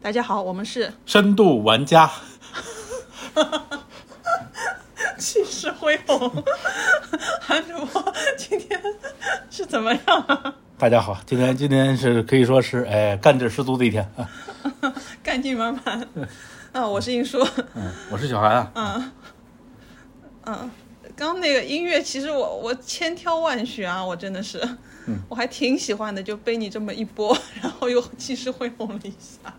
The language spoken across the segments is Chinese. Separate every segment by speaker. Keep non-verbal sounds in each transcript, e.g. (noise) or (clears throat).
Speaker 1: 大家好，我们是
Speaker 2: 深度玩家，
Speaker 1: 气势恢宏。韩主播今天是怎么样啊？
Speaker 2: 大家好，今天今天是可以说是哎干劲儿十足的一天啊！
Speaker 1: 干劲满满。 (laughs) 啊，我是英叔。
Speaker 2: 嗯，我是小韩啊，
Speaker 1: 嗯嗯，刚那个音乐，其实我我千挑万选啊，我真的是，我还挺喜欢的，就被你这么一播， (laughs) 然后又气势恢宏了一下，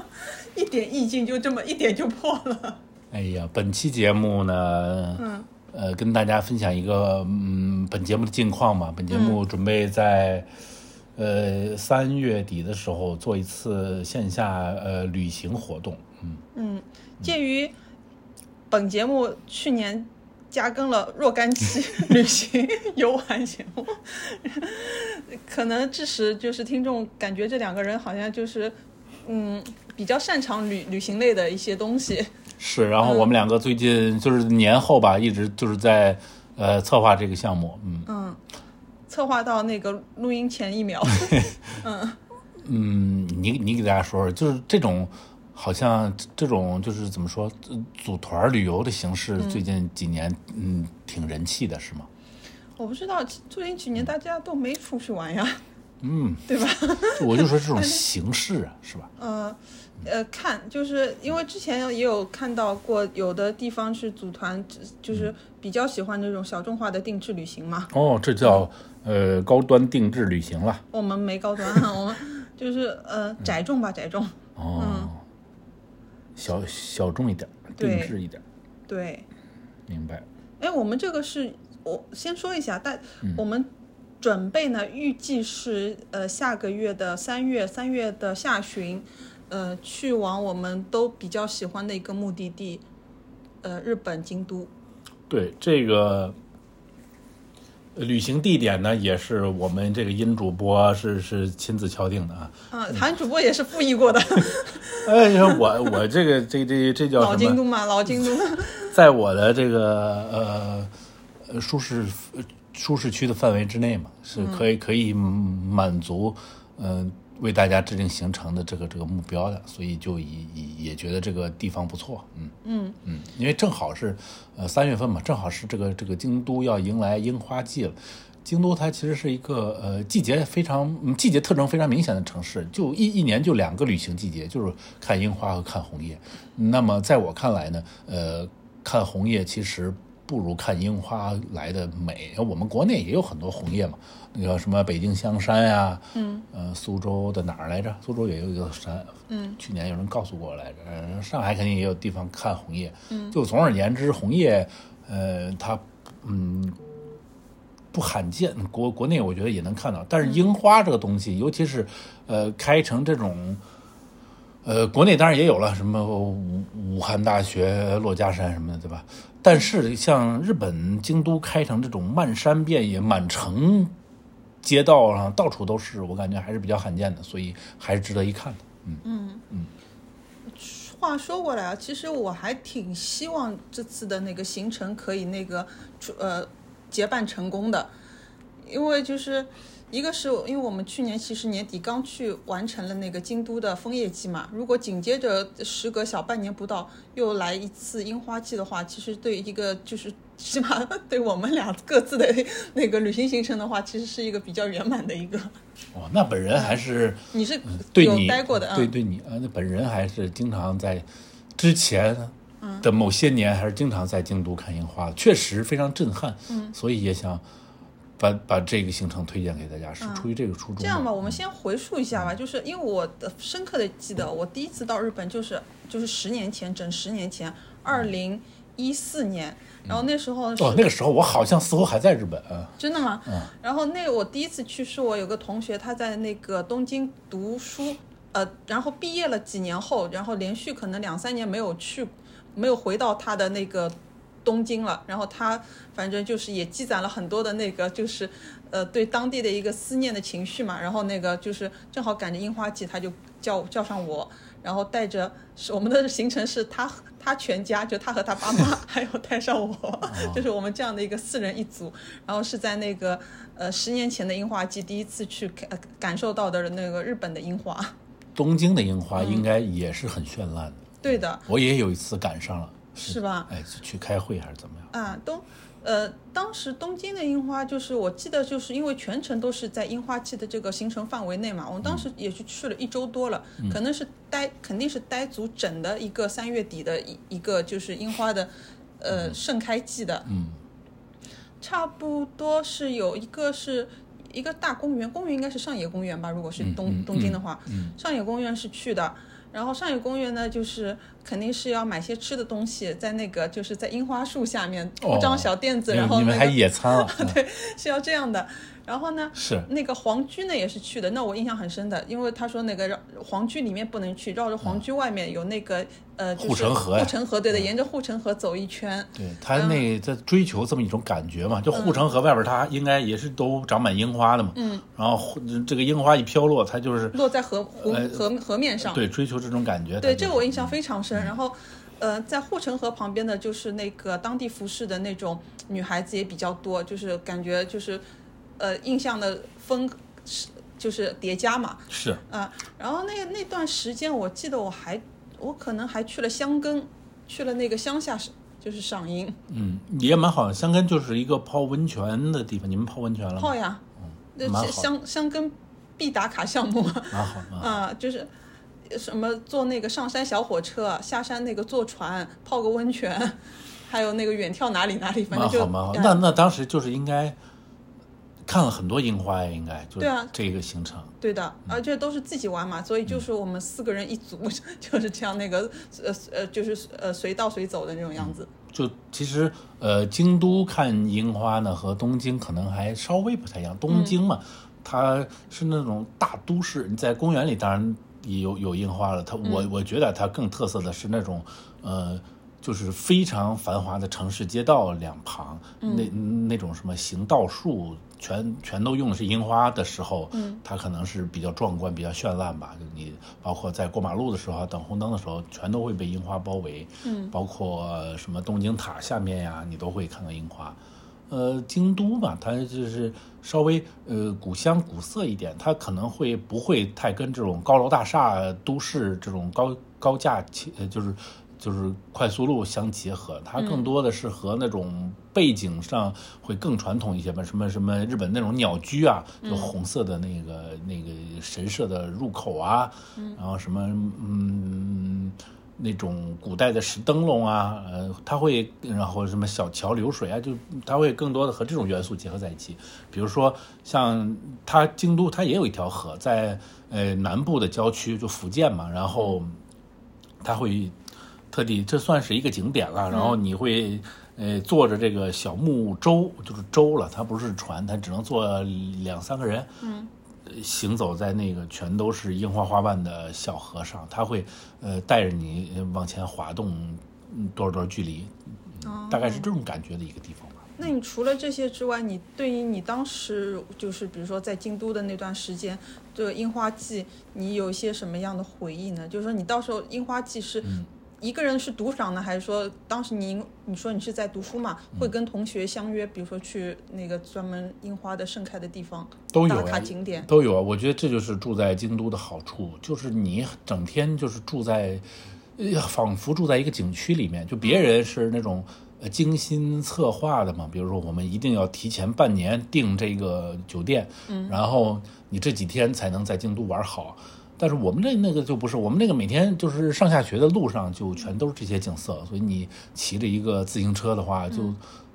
Speaker 1: (laughs) 一点意境就这么一点就破了。
Speaker 2: 哎呀，本期节目呢，
Speaker 1: 嗯
Speaker 2: 呃，跟大家分享一个嗯，本节目的近况吧。本节目
Speaker 1: 嗯
Speaker 2: 准备在、呃三月底的时候做一次线下呃旅行活动，嗯，
Speaker 1: 嗯，鉴于本节目去年加更了若干期旅行游玩节目，可能致使就是听众感觉这两个人好像就是，嗯，比较擅长旅旅行类的一些东西。
Speaker 2: 是。
Speaker 1: 嗯
Speaker 2: 然后我们两个最近就是年后吧，一直就是在呃策划这个项目，嗯。
Speaker 1: 嗯，策划到那个录音前一秒。嗯
Speaker 2: 嗯，你你给大家说说，就是这种好像这这种就是怎么说，呃组团儿旅游的形式，最近几年嗯挺人气的，是吗？
Speaker 1: 我不知道最近几年大家都没出去玩呀。
Speaker 2: 嗯，对吧？我就说这种形式啊，是吧？
Speaker 1: 呃，呃，看，就是因为之前也有看到过，有的地方是组团，只就是比较喜欢这种小众化的定制旅行嘛。
Speaker 2: 哦，这叫呃高端定制旅行了。
Speaker 1: 我们没高端啊，我们就是呃窄众吧，窄众。
Speaker 2: 哦，小小众一点儿，定
Speaker 1: 对
Speaker 2: 制一点儿，
Speaker 1: 对，
Speaker 2: 明白。
Speaker 1: 哎，我们这个是我先说一下，但我们准备呢，预计是呃下个月的三月，三月的下旬，呃，去往我们都比较喜欢的一个目的地，呃，日本京都。
Speaker 2: 对这个呃旅行地点呢，也是我们这个音主播是是亲自敲定的啊。
Speaker 1: 啊，韩主播也是复议过的，
Speaker 2: 哎，你看我我这个这这这叫
Speaker 1: 老
Speaker 2: 什
Speaker 1: 京
Speaker 2: 么？
Speaker 1: 都嘛，老京都。
Speaker 2: 在我的这个呃呃舒适呃舒适区的范围之内嘛，是可以可以满足嗯、呃为大家制定行程的这个这个目标的，所以就以以也觉得这个地方不错，嗯
Speaker 1: 嗯
Speaker 2: 嗯，因为正好是呃三月份嘛，正好是这个这个京都要迎来樱花季了。京都它其实是一个呃季节非常嗯季节特征非常明显的城市，就一一年就两个旅行季节，就是看樱花和看红叶。那么在我看来呢，呃，看红叶其实不如看樱花来的美。我们国内也有很多红叶嘛，那个什么北京香山呀、嗯，呃，苏州的哪儿来着？苏州也有一个山，嗯，去年有人告诉过我来着。呃上海肯定也有地方看红叶，嗯，就总而言之，红叶，呃，它，嗯。不罕见，国国内我觉得也能看到，但是樱花这个东西，尤其是，呃，开成这种呃，国内当然也有了，什么武武汉大学、珞珈山什么的，对吧？但是像日本京都开成这种漫山遍野、满城街道上到处都是，我感觉还是比较罕见的，所以还是值得一看的。
Speaker 1: 话说回来啊，其实我还挺希望这次的那个行程可以那个出呃结伴成功的，因为就是一个是因为我们去年其实年底刚去完成了那个京都的枫叶季嘛，如果紧接着时隔小半年不到又来一次樱花季的话，其实对一个就是起码 (laughs) 对我们俩各自的那个旅行行程的话，其实是一个比较圆满的一个。
Speaker 2: 哦，那本人还是
Speaker 1: 你是
Speaker 2: 嗯对
Speaker 1: 有
Speaker 2: 你
Speaker 1: 待过的啊？
Speaker 2: 对对你啊，那本人还是经常在之前
Speaker 1: 嗯
Speaker 2: 的某些年，还是经常在京都看樱花的，确实非常震撼。嗯，所以也想把把这个行程推荐给大家，是出于这个初衷的。
Speaker 1: 嗯这样吧，我们先回溯一下吧，就是因为我的深刻的记得，我第一次到日本就是就是十年前，整十年前，二零一四年，然后那时候是、
Speaker 2: 哦，那个时候我好像似乎还在日本啊。
Speaker 1: 真的吗？然后那我第一次去是我有个同学，他在那个东京读书，呃，然后毕业了几年后，然后连续可能两三年没有去，没有回到他的那个东京了。然后他反正就是也积攒了很多的那个就是呃对当地的一个思念的情绪嘛。然后那个就是正好赶着樱花季，他就叫叫上我。然后带着是我们的行程是他他全家，就他和他爸妈，还有带上我，就是我们这样的一个四人一组。然后是在那个呃呃十年前的樱花季第一次去感感受到的那个日本的樱花。
Speaker 2: 东京的樱花应该也是很绚烂的。
Speaker 1: 对的，
Speaker 2: 我也有一次赶上了，
Speaker 1: 是吧？
Speaker 2: 哎，去去开会还是怎么样？
Speaker 1: 啊，东呃，当时东京的樱花就是我记得就是因为全程都是在樱花季的这个行程范围内嘛，我们
Speaker 2: 嗯
Speaker 1: 当时也是去了一周多了，可能是待肯定是待足整的一个三月底的一一个就是樱花的呃盛开季的，
Speaker 2: 嗯，
Speaker 1: 差不多是有一个是一个大公园，公园应该是上野公园吧，如果是
Speaker 2: 嗯
Speaker 1: 东、
Speaker 2: 嗯
Speaker 1: 东京的话，
Speaker 2: 嗯
Speaker 1: 上野公园是去的。然后上野公园呢，就是肯定是要买些吃的东西，在那个就是在樱花树下面
Speaker 2: 哦
Speaker 1: 铺张小垫子，
Speaker 2: 你
Speaker 1: 然后
Speaker 2: 你们
Speaker 1: 那
Speaker 2: 还
Speaker 1: 个
Speaker 2: 野餐了？嗯
Speaker 1: (laughs) 是要这样的。然后呢，
Speaker 2: 是，
Speaker 1: 那个皇居呢也是去的，那我印象很深的，因为他说那个绕皇居里面不能去，绕着皇居外面有那个、呃，就是
Speaker 2: 护城河呀嗯
Speaker 1: 护城河对的，沿着护城河走一圈。
Speaker 2: 对他那在追求这么一种感觉嘛，就
Speaker 1: 嗯
Speaker 2: 护城河外边，它应该也是都长满樱花的嘛。嗯，然后护这个樱花一飘落，它就是
Speaker 1: 落在河湖
Speaker 2: 呃
Speaker 1: 河河面上，
Speaker 2: 对嗯追求这种感觉。
Speaker 1: 嗯对，
Speaker 2: 它就
Speaker 1: 这
Speaker 2: 是
Speaker 1: 个我印象非常深。然后，呃，在护城河旁边的就是那个当地服饰的那种女孩子也比较多，就是感觉就是，呃，印象的风是就是叠加嘛，
Speaker 2: 是
Speaker 1: 啊。然后那那段时间，我记得我还我可能还去了香根，去了那个乡下是就是赏樱
Speaker 2: 嗯，也蛮好的。香根就是一个泡温泉的地方，你们泡温泉了吗？
Speaker 1: 泡呀，那
Speaker 2: 嗯蛮好
Speaker 1: 香香根必打卡项目。
Speaker 2: 蛮好嗯的。
Speaker 1: 啊，就是什么坐那个上山小火车，下山那个坐船，泡个温泉，还有那个远眺哪里哪里，反
Speaker 2: 蛮
Speaker 1: 正就
Speaker 2: 好蛮好。
Speaker 1: 哎
Speaker 2: 那那当时就是应该看了很多樱花呀，应该就
Speaker 1: 对啊
Speaker 2: 是这个行程。
Speaker 1: 对的，
Speaker 2: 嗯
Speaker 1: 而且都是自己玩嘛，所以就是我们四个人一组， (laughs) 就是这样那个呃呃，就是呃随到随走的那种样子。
Speaker 2: 就其实，呃，京都看樱花呢，和东京可能还稍微不太一样。东京嘛，它是那种大都市，你在公园里当然也有有樱花了。它我我觉得它更特色的是那种，呃，就是非常繁华的城市街道两旁，那那种什么行道树。全全都用的是樱花的时候，嗯，它可能是比较壮观、比较绚烂吧。就你包括在过马路的时候啊，等红灯的时候，全都会被樱花包围，嗯，包括呃什么东京塔下面呀、你都会看到樱花。呃，京都嘛，它就是稍微呃古香古色一点，它可能会不会太跟这种高楼大厦、都市这种高高架起，呃就是就是快速路相结合，它更多的是和那种背景上会更传统一些吧，什么什么日本那种鸟居啊，就红色的那个、那个神社的入口啊，然后什么嗯。那种古代的石灯笼啊，呃，它会然后什么小桥流水啊，就它会更多的和这种元素结合在一起。比如说像它京都，它也有一条河，在呃南部的郊区，就福建嘛，然后它会特地这算是一个景点了。然后你会呃坐着这个小木舟，就是舟了，它不是船，它只能坐两三个人。嗯。行走在那个全都是樱花花瓣的小河上，它会呃带着你呃往前滑动嗯多少多少距离，
Speaker 1: 哦
Speaker 2: 嗯大概是这种感觉的一个地方吧。
Speaker 1: 那你除了这些之外，你对于你当时就是比如说在京都的那段时间，这个樱花季，你有一些什么样的回忆呢？就是说你到时候樱花季是
Speaker 2: 嗯
Speaker 1: 一个人是独赏呢，还是说当时你你说你是在读书嘛，
Speaker 2: 嗯
Speaker 1: 会跟同学相约，比如说去那个专门樱花的盛开的地方
Speaker 2: 都有
Speaker 1: 打
Speaker 2: 呀
Speaker 1: 卡景点？
Speaker 2: 都有啊，我觉得这就是住在京都的好处，就是你整天就是住在，呃，仿佛住在一个景区里面。就别人是那种呃精心策划的嘛，比如说我们一定要提前半年订这个酒店，然后你这几天才能在京都玩好。但是我们这那个就不是，我们那个每天就是上下学的路上就全都是这些景色，所以你骑着一个自行车的话就。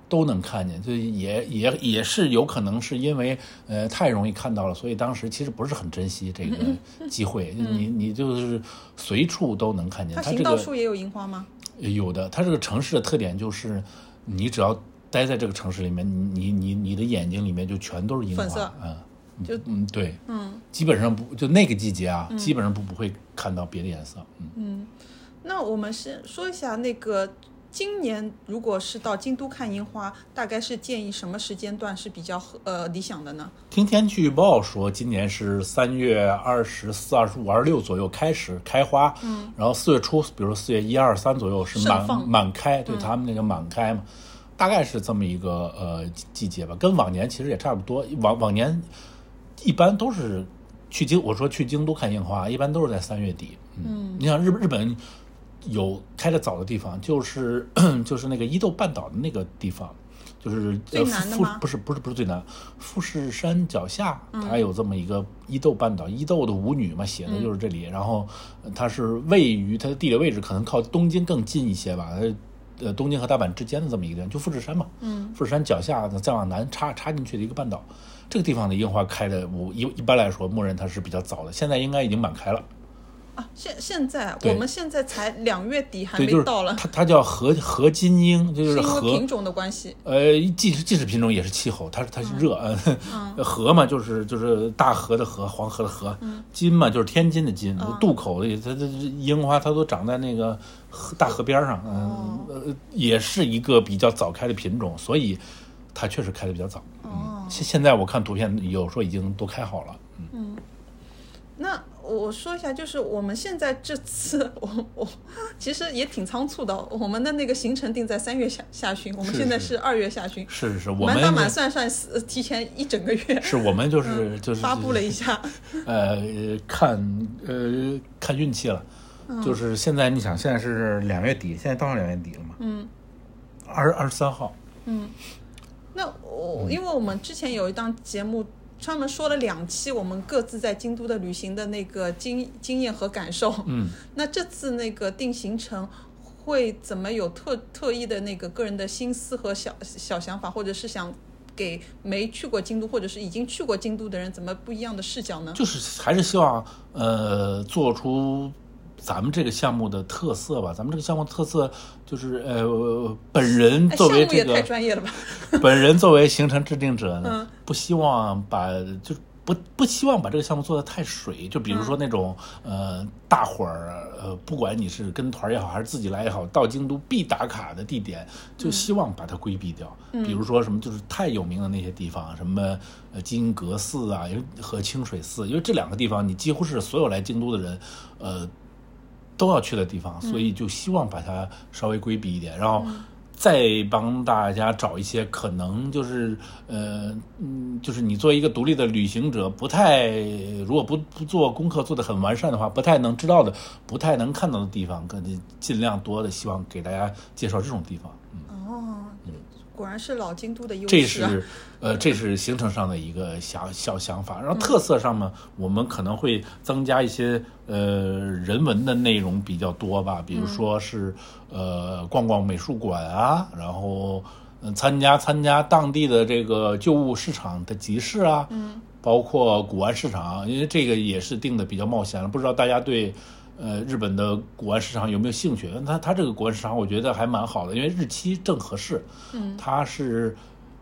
Speaker 2: 都能看见，就也也也是有可能是因为呃太容易看到了，所以当时其实不是很珍
Speaker 1: (laughs)
Speaker 2: 惜这个机会。
Speaker 1: 嗯
Speaker 2: 你你就是随处都能看见，
Speaker 1: 它
Speaker 2: 它
Speaker 1: 行
Speaker 2: 这
Speaker 1: 道
Speaker 2: 个
Speaker 1: 树也有樱花吗？
Speaker 2: 有的，它这个城市的特点就是，你只要待在这个城市里面，你你你你的眼睛里面就全都是樱花，
Speaker 1: 粉色
Speaker 2: 嗯，
Speaker 1: 就
Speaker 2: 嗯对，
Speaker 1: 嗯，
Speaker 2: 基本上不就那个季节啊，基本上不不会看到别的颜色，嗯。
Speaker 1: 那我们先说一下那个。今年如果是到京都看樱花，大概是建议什么时间段是比较合呃理想的呢？
Speaker 2: 听天气预报说，今年是三月二十四、二十五、二十六左右开始开花，嗯，然后四月初，比如四月一、二、三左右是满
Speaker 1: 盛放
Speaker 2: 满开，对他们那个满开嘛，大概是这么一个呃季季节吧，跟往年其实也差不多，往往年一般都是去京，我说去京都看樱花，一般都是在三月底。嗯，你想日日本有开的早的地方，就是 (clears throat) 就是那个伊豆半岛的那个地方，就是
Speaker 1: 最
Speaker 2: 呃
Speaker 1: 南的
Speaker 2: 富
Speaker 1: 吗
Speaker 2: 不是不是不是最南，富士山脚下，
Speaker 1: 嗯
Speaker 2: 它有这么一个伊豆半岛，伊豆的舞女嘛，写的
Speaker 1: 嗯
Speaker 2: 就是这里。然后呃它是位于它的地理位置可能靠东京更近一些吧，它呃东京和大阪之间的这么一个地方，就富士山嘛。嗯，富士山脚下呢再往南插插进去的一个半岛，这个地方的樱花开的，我一一般来说默认它是比较早的，现在应该已经满开了。
Speaker 1: 啊，现现在
Speaker 2: 对
Speaker 1: 我们现在才两月底，还
Speaker 2: 对，就
Speaker 1: 没
Speaker 2: 是
Speaker 1: 到了，
Speaker 2: 它它叫合合金樱，就是是
Speaker 1: 因为
Speaker 2: 合
Speaker 1: 品种的关系。
Speaker 2: 呃，既是既是品种也是气候，它是它是热，嗯， (laughs) 河嘛就是就是大河的河，黄河的河，
Speaker 1: 嗯
Speaker 2: 津嘛就是天津的津，
Speaker 1: 哦
Speaker 2: 渡口的也它它它樱花它都长在那个河大河边儿上，
Speaker 1: 哦
Speaker 2: 嗯，呃，也是一个比较早开的品种，所以它确实开的比较早。
Speaker 1: 哦
Speaker 2: 嗯，现现在我看图片有说已经都开好了，
Speaker 1: 那我说一下，就是我们现在这次，我我其实也挺仓促的。哦我们的那个行程定在三月下下旬，我们
Speaker 2: 是
Speaker 1: 现在
Speaker 2: 是
Speaker 1: 是二月下旬，
Speaker 2: 是是是，我
Speaker 1: 满打
Speaker 2: 们
Speaker 1: 满算算是提前一整个月
Speaker 2: 是我们就是就是
Speaker 1: 嗯发布了一下。
Speaker 2: 呃，看呃看运气了，
Speaker 1: 嗯
Speaker 2: 就是现在你想，现在是两月底，现在到上两月底了嘛，嗯，二二十三号，
Speaker 1: 那
Speaker 2: 嗯
Speaker 1: 我因为我们之前有一档节目。专门说了两期我们各自在京都的旅行的那个经经验和感受。
Speaker 2: 嗯，
Speaker 1: (laughs) 那这次那个定行程会怎么有特特意的那个个人的心思和小小想法，或者是想给没去过京都或者是已经去过京都的人怎么不一样的视角呢？
Speaker 2: 就是还是希望呃做出咱们这个项目的特色吧，咱们这个项目特色就是呃本人
Speaker 1: 哎，
Speaker 2: 作
Speaker 1: 项目
Speaker 2: 为这
Speaker 1: 也
Speaker 2: 个、
Speaker 1: 太专业了吧！
Speaker 2: 本人作为行程制定者呢，
Speaker 1: 嗯
Speaker 2: 不希望把就是不不希望把这个项目做得太水，就比如说那种、呃大伙儿呃，不管你是跟团儿也好，还是自己来也好，到京都必打卡的地点，就希望把它规避掉。比如说什么就是太有名的那些地方，什么呃金阁寺啊因为和清水寺，因为这两个地方你几乎是所有来京都的人，呃都要去的地方，所以就希望把它稍微规避一点，然后再帮大家找一些可能就是呃嗯，就是你作为一个独立的旅行者，不太如果不不做功课做得很完善的话，不太能知道的、不太能看到的地方，跟尽量多的希望给大家介绍这种地方。
Speaker 1: 哦，果然是老京都的优
Speaker 2: 这
Speaker 1: 势、啊。
Speaker 2: 是呃，这是行程上的一个小小想法。然后特色上呢，我们可能会增加一些呃人文的内容比较多吧，比如说
Speaker 1: 嗯
Speaker 2: 是呃逛逛美术馆啊，然后嗯、参加参加当地的这个旧物市场的集市啊，嗯，包括古玩市场，因为这个也是定的比较冒险了，不知道大家对。呃，日本的古玩市场有没有兴趣？它它这个古玩市场，我觉得还蛮好的，因为日期正合适。嗯，它是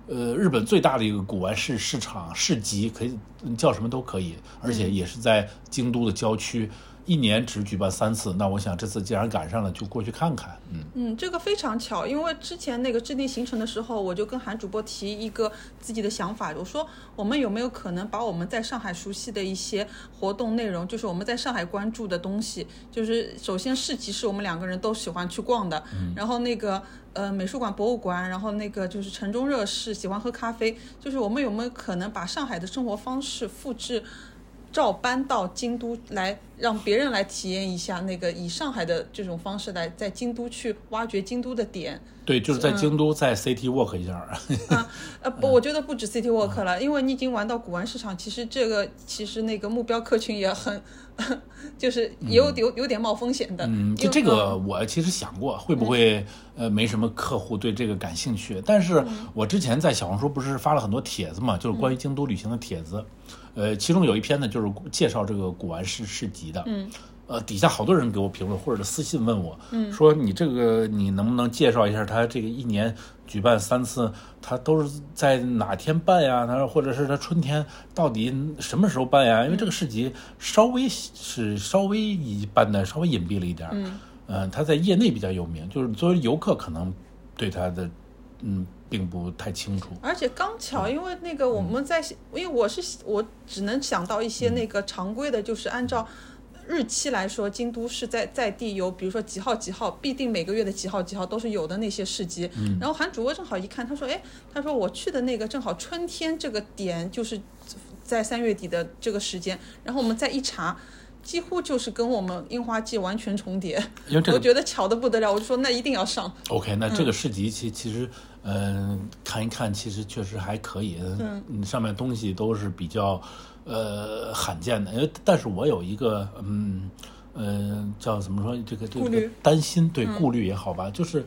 Speaker 2: 呃日本最大的一个古玩市市场市集，可以嗯叫什么都可以，而且也是在京都的郊区，一年只举办三次。那我想这次既然赶上了，就过去看看。嗯，
Speaker 1: 嗯，这个非常巧，因为之前那个制定行程的时候，我就跟韩主播提一个自己的想法，我说我们有没有可能把我们在上海熟悉的一些活动内容，就是我们在上海关注的东西，就是首先市集是我们两个人都喜欢去逛的，然后那个呃美术馆、博物馆，然后那个就是城中热是喜欢喝咖啡，就是我们有没有可能把上海的生活方式复制？照搬到京都来，让别人来体验一下那个以上海的这种方式来在京都去挖掘京都的点。
Speaker 2: (laughs) 对，就是在京都在 City Walk 一下。
Speaker 1: 呃，不，我觉得不止 City Walk 了，因为你已经玩到古玩市场，其实这个其实那个目标客群也很， (laughs) 就是也有有有点冒风险的。
Speaker 2: (laughs) 嗯，就
Speaker 1: 因为
Speaker 2: 这个我其实想过，会不会呃没什么客户对这个感兴趣？但是我之前在小红书不是发了很多帖子嘛，就是关于京都旅行的帖子，呃，其中有一篇呢就是介绍这个古玩市市集的，嗯。呃，底下好多人给我评论或者私信问我，嗯，说你这个你能不能介绍一下他这个一年举办三次，他都是在哪天办呀？他说或者是他春天到底什么时候办呀？因为这个市集稍微是稍微一办的稍微隐蔽了一点，嗯，呃，他在业内比较有名，就是作为游客可能对他的嗯并不太清楚，
Speaker 1: 而且刚巧，
Speaker 2: 嗯
Speaker 1: 因为那个我们在，因为我是我只能想到一些那个常规的，就是按照日期来说，京都是在在地有，比如说几号几号，必定每个月的几号几号都是有的那些市集。
Speaker 2: 嗯
Speaker 1: 然后韩主播正好一看，他说：“哎，他说我去的那个正好春天这个点就是。”在三月底的这个时间，然后我们再一查。几乎就是跟我们樱花季完全重叠，
Speaker 2: 因为这
Speaker 1: (laughs) 我
Speaker 2: 个
Speaker 1: 觉嗯得巧的不得了，我就说那一定要上。
Speaker 2: OK，那这个市集其其实，嗯、看一看，其实确实还可以。嗯，上面东西都是比较，呃，罕见的。因为但是我有一个，嗯，呃，叫怎么说？这个这
Speaker 1: 顾
Speaker 2: 个
Speaker 1: 虑嗯
Speaker 2: 担心，对顾虑也好吧，就是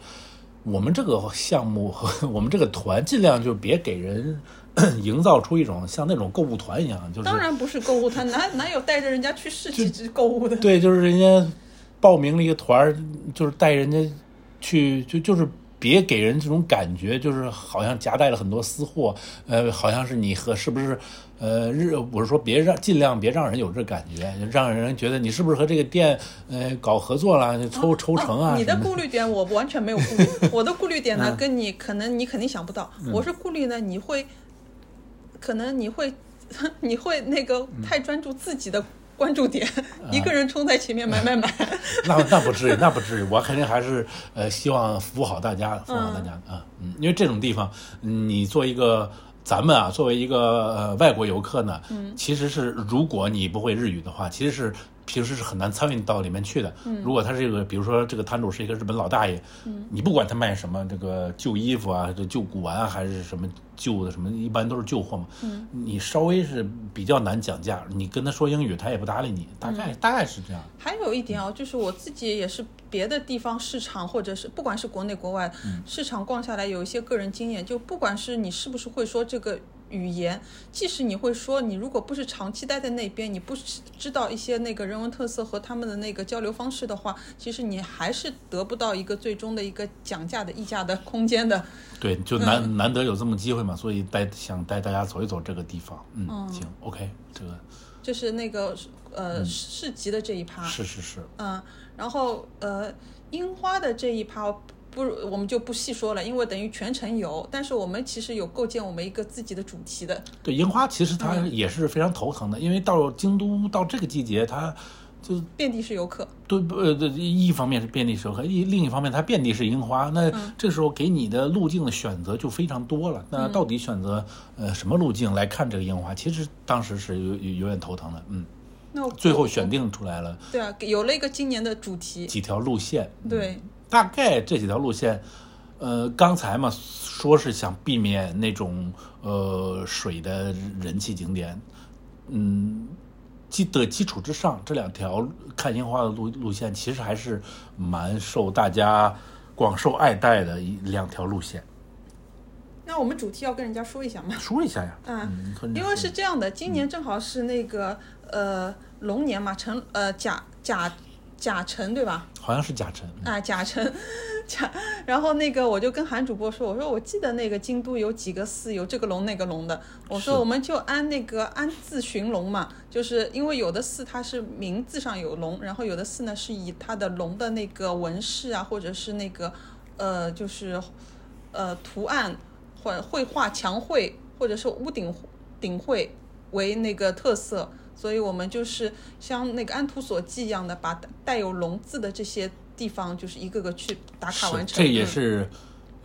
Speaker 2: 我们这个项目和 (laughs) 我们这个团，尽量就别给人 (coughs) 营造出一种像那种购物团一样，就是
Speaker 1: 当然不是购物团，哪哪有带着人家去市集去购物的？
Speaker 2: 对，就是人家报名了一个团儿，就是带人家去，就就是别给人这种感觉，就是好像夹带了很多私货，呃，好像是你和是不是呃日，我是说别让尽量别让人有这感觉，让人觉得你是不是和这个店呃搞合作啦，抽抽成啊
Speaker 1: 哦你
Speaker 2: 什
Speaker 1: 的
Speaker 2: 么的。啊
Speaker 1: 顾虑点我完全没有顾虑，我的顾虑点呢，跟你可能你肯定想不到，我
Speaker 2: 嗯
Speaker 1: 是顾虑呢，你会，可能你会， (laughs) 你会那个太专注自己的关注点，
Speaker 2: 啊
Speaker 1: 一个人冲在前面买买买。
Speaker 2: (laughs) 那那不至于，那不至于，我肯定还是呃希望服务好大家，服务好大家啊，嗯，因为这种地方，嗯你做一个。咱们啊，作为一个呃外国游客呢，其实是如果你不会日语的话，其实是平时是很难参与到里面去的。如果他这个，比如说这个摊主是一个日本老大爷，你不管他卖什么，这个旧衣服啊，这旧古玩啊，还是什么旧的什么，一般都是旧货嘛。你稍微是比较难讲价，你跟他说英语，他也不搭理你，大概、大概是这样。
Speaker 1: 还有一点啊，就是我自己也是别的地方市场，或者是不管是国内国外、市场逛下来，有一些个人经验，就不管是你是不是会说这个语言，即使你会说，你如果不是长期待在那边，你不是知道一些那个人文特色和他们的那个交流方式的话，其实你还是得不到一个最终的一个讲价的议价的空间的。
Speaker 2: 对，就难、难得有这么机会嘛，所以带想带大家走一走这个地方。嗯，行，OK，这个
Speaker 1: 就是那个呃、市集的这一趴，
Speaker 2: 是是是，
Speaker 1: 嗯，然后呃，樱花的这一趴不，我们就不细说了，因为等于全程游。但是我们其实有构建我们一个自己的主题的，
Speaker 2: 对樱花其实它也是非常头疼的，因为到京都到这个季节，它就
Speaker 1: 遍地是游客。
Speaker 2: 对呃，对一方面是遍地是游客，一另一方面它遍地是樱花，那这时候给你的路径的选择就非常多了。那到底选择呃什么路径来看这个樱花，其实当时是有有有点头疼的。嗯，
Speaker 1: 那我
Speaker 2: 最后选定出来了
Speaker 1: 对啊，有了一个今年的主题。
Speaker 2: 几条路线。
Speaker 1: 对，
Speaker 2: 大概这几条路线，呃，刚才嘛说是想避免那种呃水的人气景点，嗯，基的基础之上，这两条看樱花的路路线其实还是蛮受大家广受爱戴的一两条路线。
Speaker 1: 那我们主题要跟人家说一下嘛。
Speaker 2: 说一下呀，
Speaker 1: 嗯
Speaker 2: 嗯，和你
Speaker 1: 因
Speaker 2: 说
Speaker 1: 为是这样的，今年正好是那个呃龙年嘛，辰呃甲甲甲辰对吧？
Speaker 2: 好像是甲辰，
Speaker 1: 啊，甲辰，甲，然后那个我就跟韩主播说，我说我记得那个京都有几个寺，有这个龙那个龙的，我说
Speaker 2: 是
Speaker 1: 我们就按那个安字寻龙嘛，就是因为有的寺它是名字上有龙，然后有的寺呢是以它的龙的那个纹饰啊，或者是那个呃就是呃图案或绘画墙绘或者是屋顶顶绘为那个特色，所以我们就是像那个安图所记一样的，把带有龙字的这些地方，就是一个个去打卡
Speaker 2: 是
Speaker 1: 完成。
Speaker 2: 这也是。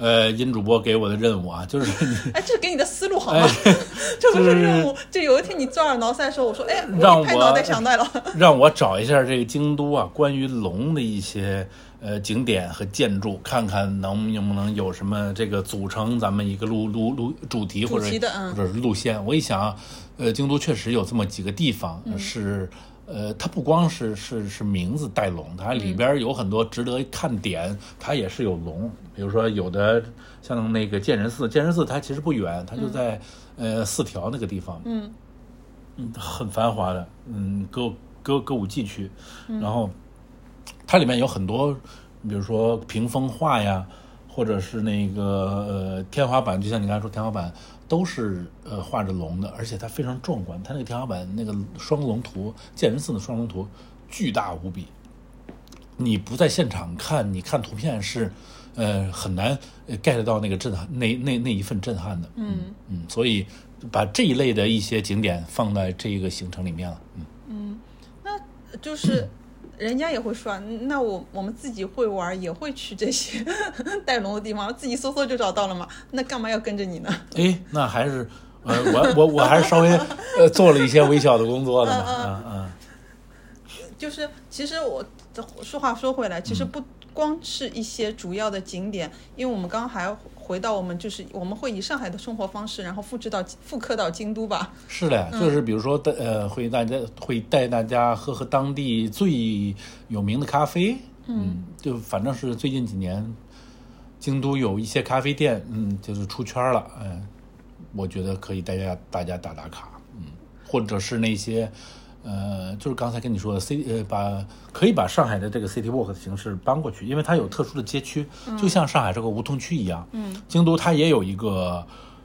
Speaker 2: 呃，殷主播给我的任务啊，就是你
Speaker 1: 嗯。哎，这给你的思路好吗？
Speaker 2: 哎
Speaker 1: (laughs) 这不是任务。这有一天你抓耳挠腮的时候，我说，哎，
Speaker 2: 让
Speaker 1: 我一拍
Speaker 2: 我
Speaker 1: 脑袋想到了。 (laughs)
Speaker 2: 让我找一下这个京都啊，关于龙的一些呃景点和建筑，看看能能不能有什么这个组成咱们一个路路路主题或者
Speaker 1: 主题的嗯
Speaker 2: 或者是路线。我一想啊，呃，京都确实有这么几个地方
Speaker 1: 嗯
Speaker 2: 是。呃，它不光是是是名字带龙，它里边有很多值得看点，它也是有龙。比如说有的像那个建仁寺，建仁寺它其实不远，它就在、呃四条那个地方，
Speaker 1: 嗯
Speaker 2: 嗯，很繁华的，嗯，歌歌歌舞伎区，然后它里面有很多，比如说屏风画呀，或者是那个呃天花板，就像你刚才说天花板都是呃画着龙的，而且它非常壮观，它那个天花板那个双龙图，建仁寺的双龙图巨大无比，你不在现场看，你看图片是。呃，很难呃 get 到那个震撼，那那那一份震撼的。
Speaker 1: 嗯
Speaker 2: 嗯，所以把这一类的一些景点放在这一个行程里面了。嗯，
Speaker 1: 那就是人家也会说，那我我们自己会玩，也会去这些 (laughs) 带龙的地方，自己搜搜就找到了嘛。那干嘛要跟着你呢？
Speaker 2: 哎，那还是呃，我我我还是稍微呃做了一些微小的工作的嘛， (laughs) 嗯嗯，
Speaker 1: 就是其实我说话说回来，其实
Speaker 2: 嗯
Speaker 1: 不光是一些主要的景点，因为我们刚刚还回到我们就是我们会以上海的生活方式，然后复制到复刻到京都吧。 (laughs)
Speaker 2: 是的
Speaker 1: 嗯
Speaker 2: 呀，就是比如说带呃会大家会带大家喝喝当地最有名的咖啡，嗯，就反正是最近几年京都有一些咖啡店，嗯，就是出圈了，嗯、我觉得可以带家大家打打卡，嗯，或者是那些。呃，就是刚才跟你说的 C 呃，把可以把上海的这个 City Walk 的形式搬过去，因为它有特殊的街区，
Speaker 1: 嗯
Speaker 2: 就像上海这个胡同区一样，嗯，京都它也有一个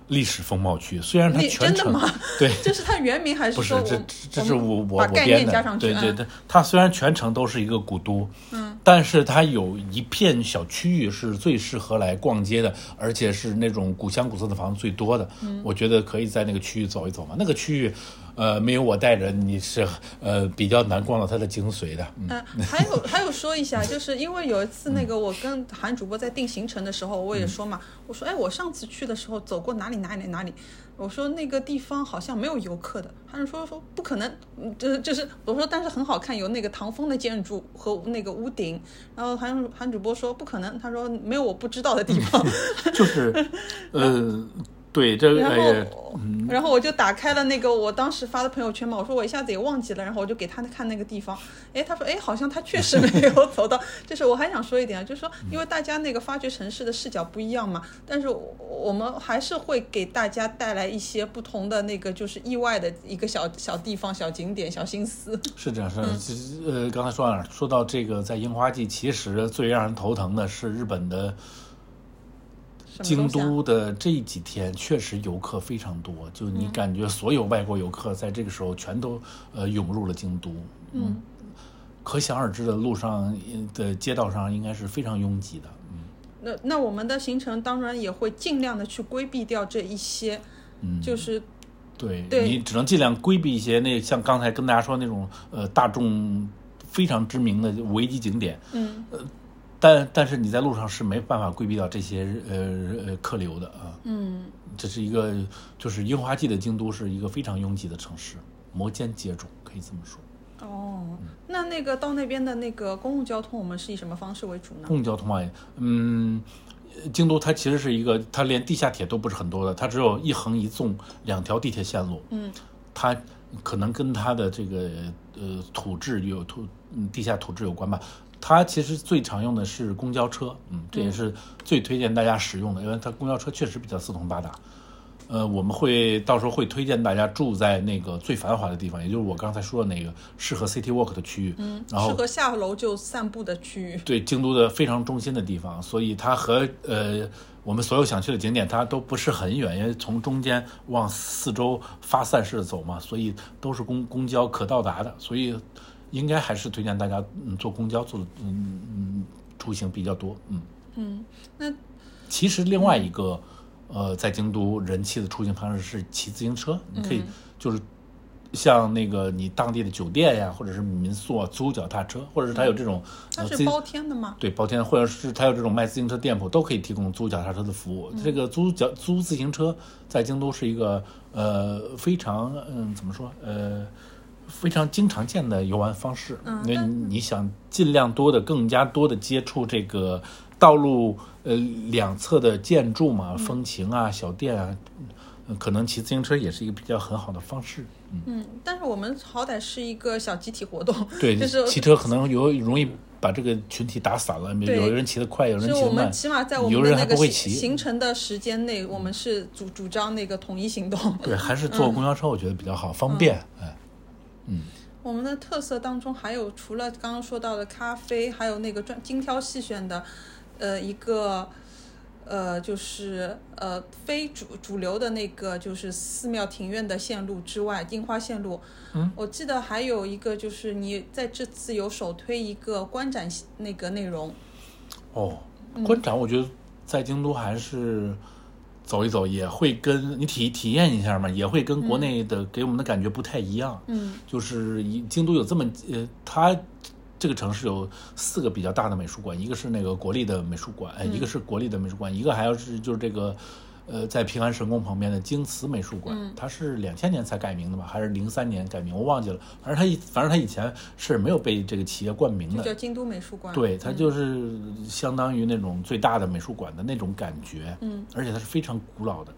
Speaker 2: 历史风貌区，虽然它
Speaker 1: 你
Speaker 2: 全
Speaker 1: 真的
Speaker 2: 程
Speaker 1: 吗？
Speaker 2: (laughs) 对，
Speaker 1: 就是它原名还
Speaker 2: 不
Speaker 1: 说
Speaker 2: 是
Speaker 1: 我，
Speaker 2: 这这是
Speaker 1: 们
Speaker 2: 我我
Speaker 1: 把
Speaker 2: 我
Speaker 1: 概
Speaker 2: 编
Speaker 1: 念加
Speaker 2: 的，
Speaker 1: 上去，
Speaker 2: 对对
Speaker 1: 嗯
Speaker 2: 对，它虽然全程都是一个古都，嗯，但是它有一片小区域是最适合来逛街的，而且是那种古香古色的房子最多的，嗯，我觉得可以在那个区域走一走嘛，那个区域。呃，没有我带着你是呃比较难逛到它的精髓的，嗯，
Speaker 1: 嗯，还有 (laughs) 还有说一下，就是因为有一次那个我跟韩主播在定行程的时候，我也说嘛，我说哎，我上次去的时候走过哪里哪里哪里，我说那个地方好像没有游客的，他就说说不可能，嗯就是就是我说但是很好看，有那个唐风的建筑和那个屋顶，然后韩韩主播说不可能，他说没有我不知道的地方，
Speaker 2: (laughs) 就是，呃，对，这个
Speaker 1: 然
Speaker 2: 哎呀
Speaker 1: 后，然后我就打开了那个我当时发的朋友圈嘛，我说我一下子也忘记了，然后我就给他看那个地方，哎，他说，哎，好像他确实 (laughs) 没有走到，就是我还想说一点啊，就是说，因为大家那个发掘城市的视角不一样嘛，但是我我们还是会给大家带来一些不同的那个就是意外的一个小小地方、小景点、小心思。 (laughs)
Speaker 2: 是这样，是这
Speaker 1: 嗯
Speaker 2: 样其实呃，刚才说哪儿？说到这个，在樱花季，其实最让人头疼的是日本的
Speaker 1: 什么
Speaker 2: 京
Speaker 1: 东西啊
Speaker 2: 都的这几天，确实游客非常多，就你感觉所有外国游客在这个时候全都呃涌入了京都，嗯，可想而知的路上呃的街道上应该是非常拥挤的，嗯。
Speaker 1: 那那我们的行程当然也会尽量的去规避掉这一些，就是
Speaker 2: 对
Speaker 1: 对
Speaker 2: 你只能尽量规避一些那像刚才跟大家说那种呃大众非常知名的危机景点，呃
Speaker 1: 嗯
Speaker 2: 但但是你在路上是没办法规避到这些呃呃客流的啊。
Speaker 1: 嗯。
Speaker 2: 这是一个就是樱花季的京都是一个非常拥挤的城市，摩肩接踵可以这么说。
Speaker 1: 哦，那那个到那边的那个公共交通，我们是以什么方式为主呢？
Speaker 2: 公共交通嘛，嗯，呃京都它其实是一个，它连地下铁都不是很多的，它只有一横一纵两条地铁线路。
Speaker 1: 嗯，
Speaker 2: 它可能跟它的这个呃土质有土嗯地下土质有关吧。它其实最常用的是公交车，嗯，这也是最推荐大家使用的，因为它公交车确实比较四通八达。呃，我们会到时候会推荐大家住在那个最繁华的地方，也就是我刚才说的那个适合 City Walk 的区域。嗯，然后
Speaker 1: 适合下楼就散步的区域。
Speaker 2: 对京都的非常中心的地方，所以它和呃我们所有想去的景点它都不是很远，因为从中间往四周发散式地走嘛，所以都是公公交可到达的，所以应该还是推荐大家嗯坐公交做嗯嗯出行比较多，嗯。
Speaker 1: 嗯，那
Speaker 2: 其实另外一个，呃，在京都人气的出行方式是骑自行车，你
Speaker 1: 嗯
Speaker 2: 可以就是像那个你当地的酒店呀，或者是民宿啊，租脚踏车，或者是它有这种
Speaker 1: 它
Speaker 2: 呃
Speaker 1: 是
Speaker 2: 自
Speaker 1: 包天的吗？
Speaker 2: 对包天，或者是它有这种卖自行车店铺，都可以提供租脚踏车的服务。这个租脚租自行车在京都是一个呃非常嗯怎么说呃。非常经常见的游玩方式，
Speaker 1: 嗯
Speaker 2: 因为你想尽量多的、更加多的接触这个道路呃两侧的建筑嘛、风情啊、小店啊，嗯可能骑自行车也是一个比较很好的方式。嗯，
Speaker 1: 嗯，但是我们好歹是一个小集体活动，
Speaker 2: 对，
Speaker 1: 就是
Speaker 2: 骑车可能有容易把这个群体打散了，
Speaker 1: 对
Speaker 2: 有有人骑得快，有人
Speaker 1: 是
Speaker 2: 骑
Speaker 1: 我
Speaker 2: 得慢
Speaker 1: 们，起码在我
Speaker 2: 有
Speaker 1: 们的
Speaker 2: 人
Speaker 1: 那
Speaker 2: 还
Speaker 1: 个
Speaker 2: 不会
Speaker 1: 行
Speaker 2: 骑。
Speaker 1: 行程的时间内，我们是主主张那个统一行
Speaker 2: (laughs)
Speaker 1: 动。
Speaker 2: 对，还是坐公交车我觉得比较好，
Speaker 1: 嗯
Speaker 2: 方便。哎，
Speaker 1: 我们的特色当中还有除了刚刚说到的咖啡，还有那个专精挑细选的，呃，一个呃就是呃非主主流的那个就是寺庙庭院的线路之外，樱花线路。嗯，我记得还有一个就是你在这次有首推一个观展那个内容。
Speaker 2: 哦，观展我觉得在京都还是走一走，也会跟你体体验一下嘛，也会跟国内的给我们的感觉不太一样。
Speaker 1: 嗯
Speaker 2: 就是一京都有这么呃，它这个城市有四个比哎较大的美术馆，一个是那个国立的美术馆，呃一个是国立的美术馆，一个还要是就是这个呃，在平安神宫旁边的京瓷美术馆，它是两千年才改名的吧，还是零三年改名，我忘记了。反正它以反正它以前是没有被这个企业冠名
Speaker 1: 就
Speaker 2: 的，
Speaker 1: 叫京都美术馆。
Speaker 2: 对，它就是相当于那种最大的美术馆的那种感觉，嗯，而且它是非常古老的，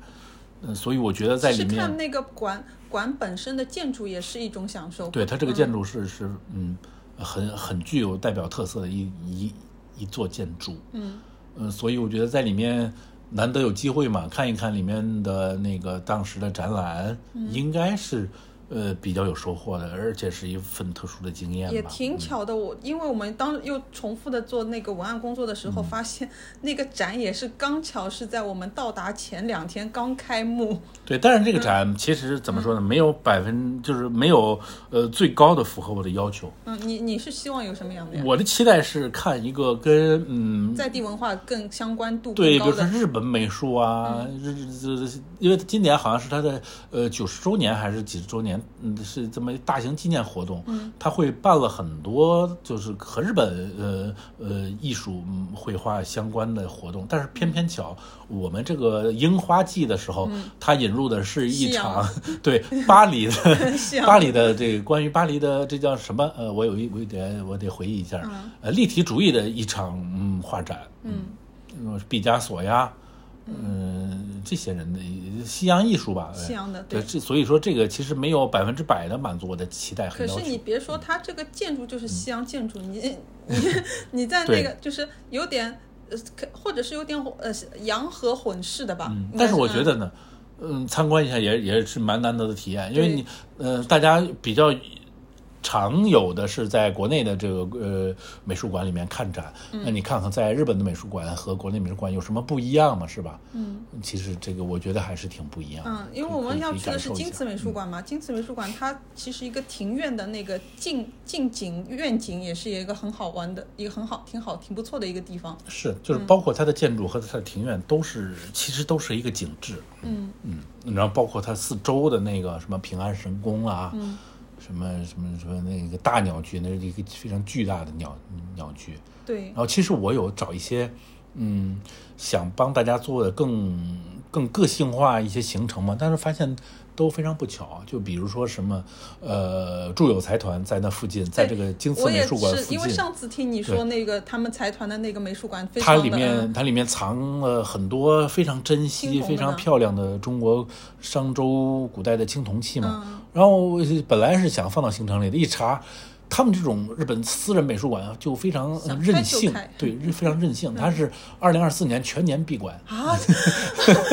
Speaker 2: 嗯、所以我觉得在
Speaker 1: 是
Speaker 2: 里面
Speaker 1: 看那个馆馆本身的建筑也是一种享受。
Speaker 2: 对，它这个建筑是是嗯，很很具有代表特色的一一一座建筑。
Speaker 1: 嗯
Speaker 2: 嗯，所以我觉得在里面难得有机会嘛，看一看里面的那个当时的展览，
Speaker 1: 嗯
Speaker 2: 应该是呃比较有收获的，而且是一份特殊的经验
Speaker 1: 也
Speaker 2: 吧。嗯
Speaker 1: 挺巧的，我因为我们当又重复的做那个文案工作的时
Speaker 2: 嗯
Speaker 1: 候，发现那个展也是刚巧是在我们到达前两天刚开幕，
Speaker 2: 对，但是这个展其实怎么说呢，没有百分就是没有呃最高的符合我的要求。
Speaker 1: 嗯，你你是希望有什么样的呀？
Speaker 2: 我的期待是看一个跟嗯
Speaker 1: 在地文化更相关度
Speaker 2: 对，
Speaker 1: 更高
Speaker 2: 比如说
Speaker 1: 的，嗯
Speaker 2: 日本美术啊，日日日，因为今年好像是它的呃九十周年还是几十周年，嗯，是这么一大型纪念活动，
Speaker 1: 嗯
Speaker 2: 它会办了很多就是和日本呃呃艺术嗯绘画相关的活动，但是偏
Speaker 1: 嗯
Speaker 2: 偏巧我们这个樱花季的时候，它引入的是一
Speaker 1: 西洋 (laughs)
Speaker 2: 场对巴黎的
Speaker 1: 西洋
Speaker 2: 巴黎的这个关于巴黎的这叫什么？呃，我有一我有点我得回忆一下，呃，立体主义的一场嗯画展，
Speaker 1: 嗯，
Speaker 2: 嗯，毕加索呀，嗯，这些人的西洋艺术吧，哎
Speaker 1: 西洋的
Speaker 2: 对，
Speaker 1: 对
Speaker 2: 这所以说这个其实没有百分之百的满足我的期待和
Speaker 1: 可
Speaker 2: 要
Speaker 1: 是你
Speaker 2: 求。
Speaker 1: 别说，它这个建筑就是西洋建筑，
Speaker 2: (laughs)
Speaker 1: 你你你在那
Speaker 2: 对
Speaker 1: 个就是有点呃，可或者是有点呃洋和混世的吧。
Speaker 2: 嗯
Speaker 1: 应该
Speaker 2: 但是我
Speaker 1: 嗯
Speaker 2: 觉得呢，嗯，参观一下也也是蛮难得的体验，因为
Speaker 1: 对
Speaker 2: 你，呃，大家比较常有的是在国内的这个呃美术馆里面看展，
Speaker 1: 嗯
Speaker 2: 那你看看在日本的美术馆和国内美术馆有什么不一样嘛，是吧？嗯，其实这个我觉得还是挺不一样的。
Speaker 1: 嗯，因为
Speaker 2: 可以
Speaker 1: 我们要
Speaker 2: 可以
Speaker 1: 去的
Speaker 2: 感
Speaker 1: 是
Speaker 2: 受一
Speaker 1: 京
Speaker 2: 下嗯
Speaker 1: 瓷美术馆嘛，京瓷美术馆它其实一个庭院的那个近近景院景也是一个很好玩的一个很好挺好挺不错的一个地方。
Speaker 2: 是，就是
Speaker 1: 嗯
Speaker 2: 包括它的建筑和它的庭院都是，其实都是一个景致。
Speaker 1: 嗯
Speaker 2: 嗯，然后包括它四周的那个什么平安神宫啊，
Speaker 1: 嗯
Speaker 2: 什么什么什么那个大鸟居，那是一个非常巨大的鸟鸟居。
Speaker 1: 对
Speaker 2: 然，后其实我有找一些，嗯，想帮大家做的更更个性化一些行程嘛，但是发现都非常不巧。啊就比如说什么，呃，住友财团在那附近，在这个京瓷
Speaker 1: 我
Speaker 2: 美
Speaker 1: 也
Speaker 2: 术馆附
Speaker 1: 是
Speaker 2: 近，
Speaker 1: 因为上次听你
Speaker 2: 对
Speaker 1: 说那个他们财团的那个美术馆非
Speaker 2: 它
Speaker 1: 常
Speaker 2: 里
Speaker 1: 的嗯
Speaker 2: 面它里面藏了很多非常珍
Speaker 1: 青铜
Speaker 2: 惜、
Speaker 1: 的
Speaker 2: 非常
Speaker 1: 呢
Speaker 2: 漂亮的中国商周古代的青铜器嘛。
Speaker 1: 嗯
Speaker 2: 然后我本来是想放到行程里的，一查。他们这种日本私人美术馆啊，就非常呃
Speaker 1: 想开
Speaker 2: 任
Speaker 1: 就
Speaker 2: 性
Speaker 1: 开，
Speaker 2: 对，非常任性。它是二零二四年全年闭馆，
Speaker 1: 嗯
Speaker 2: (laughs)
Speaker 1: 啊，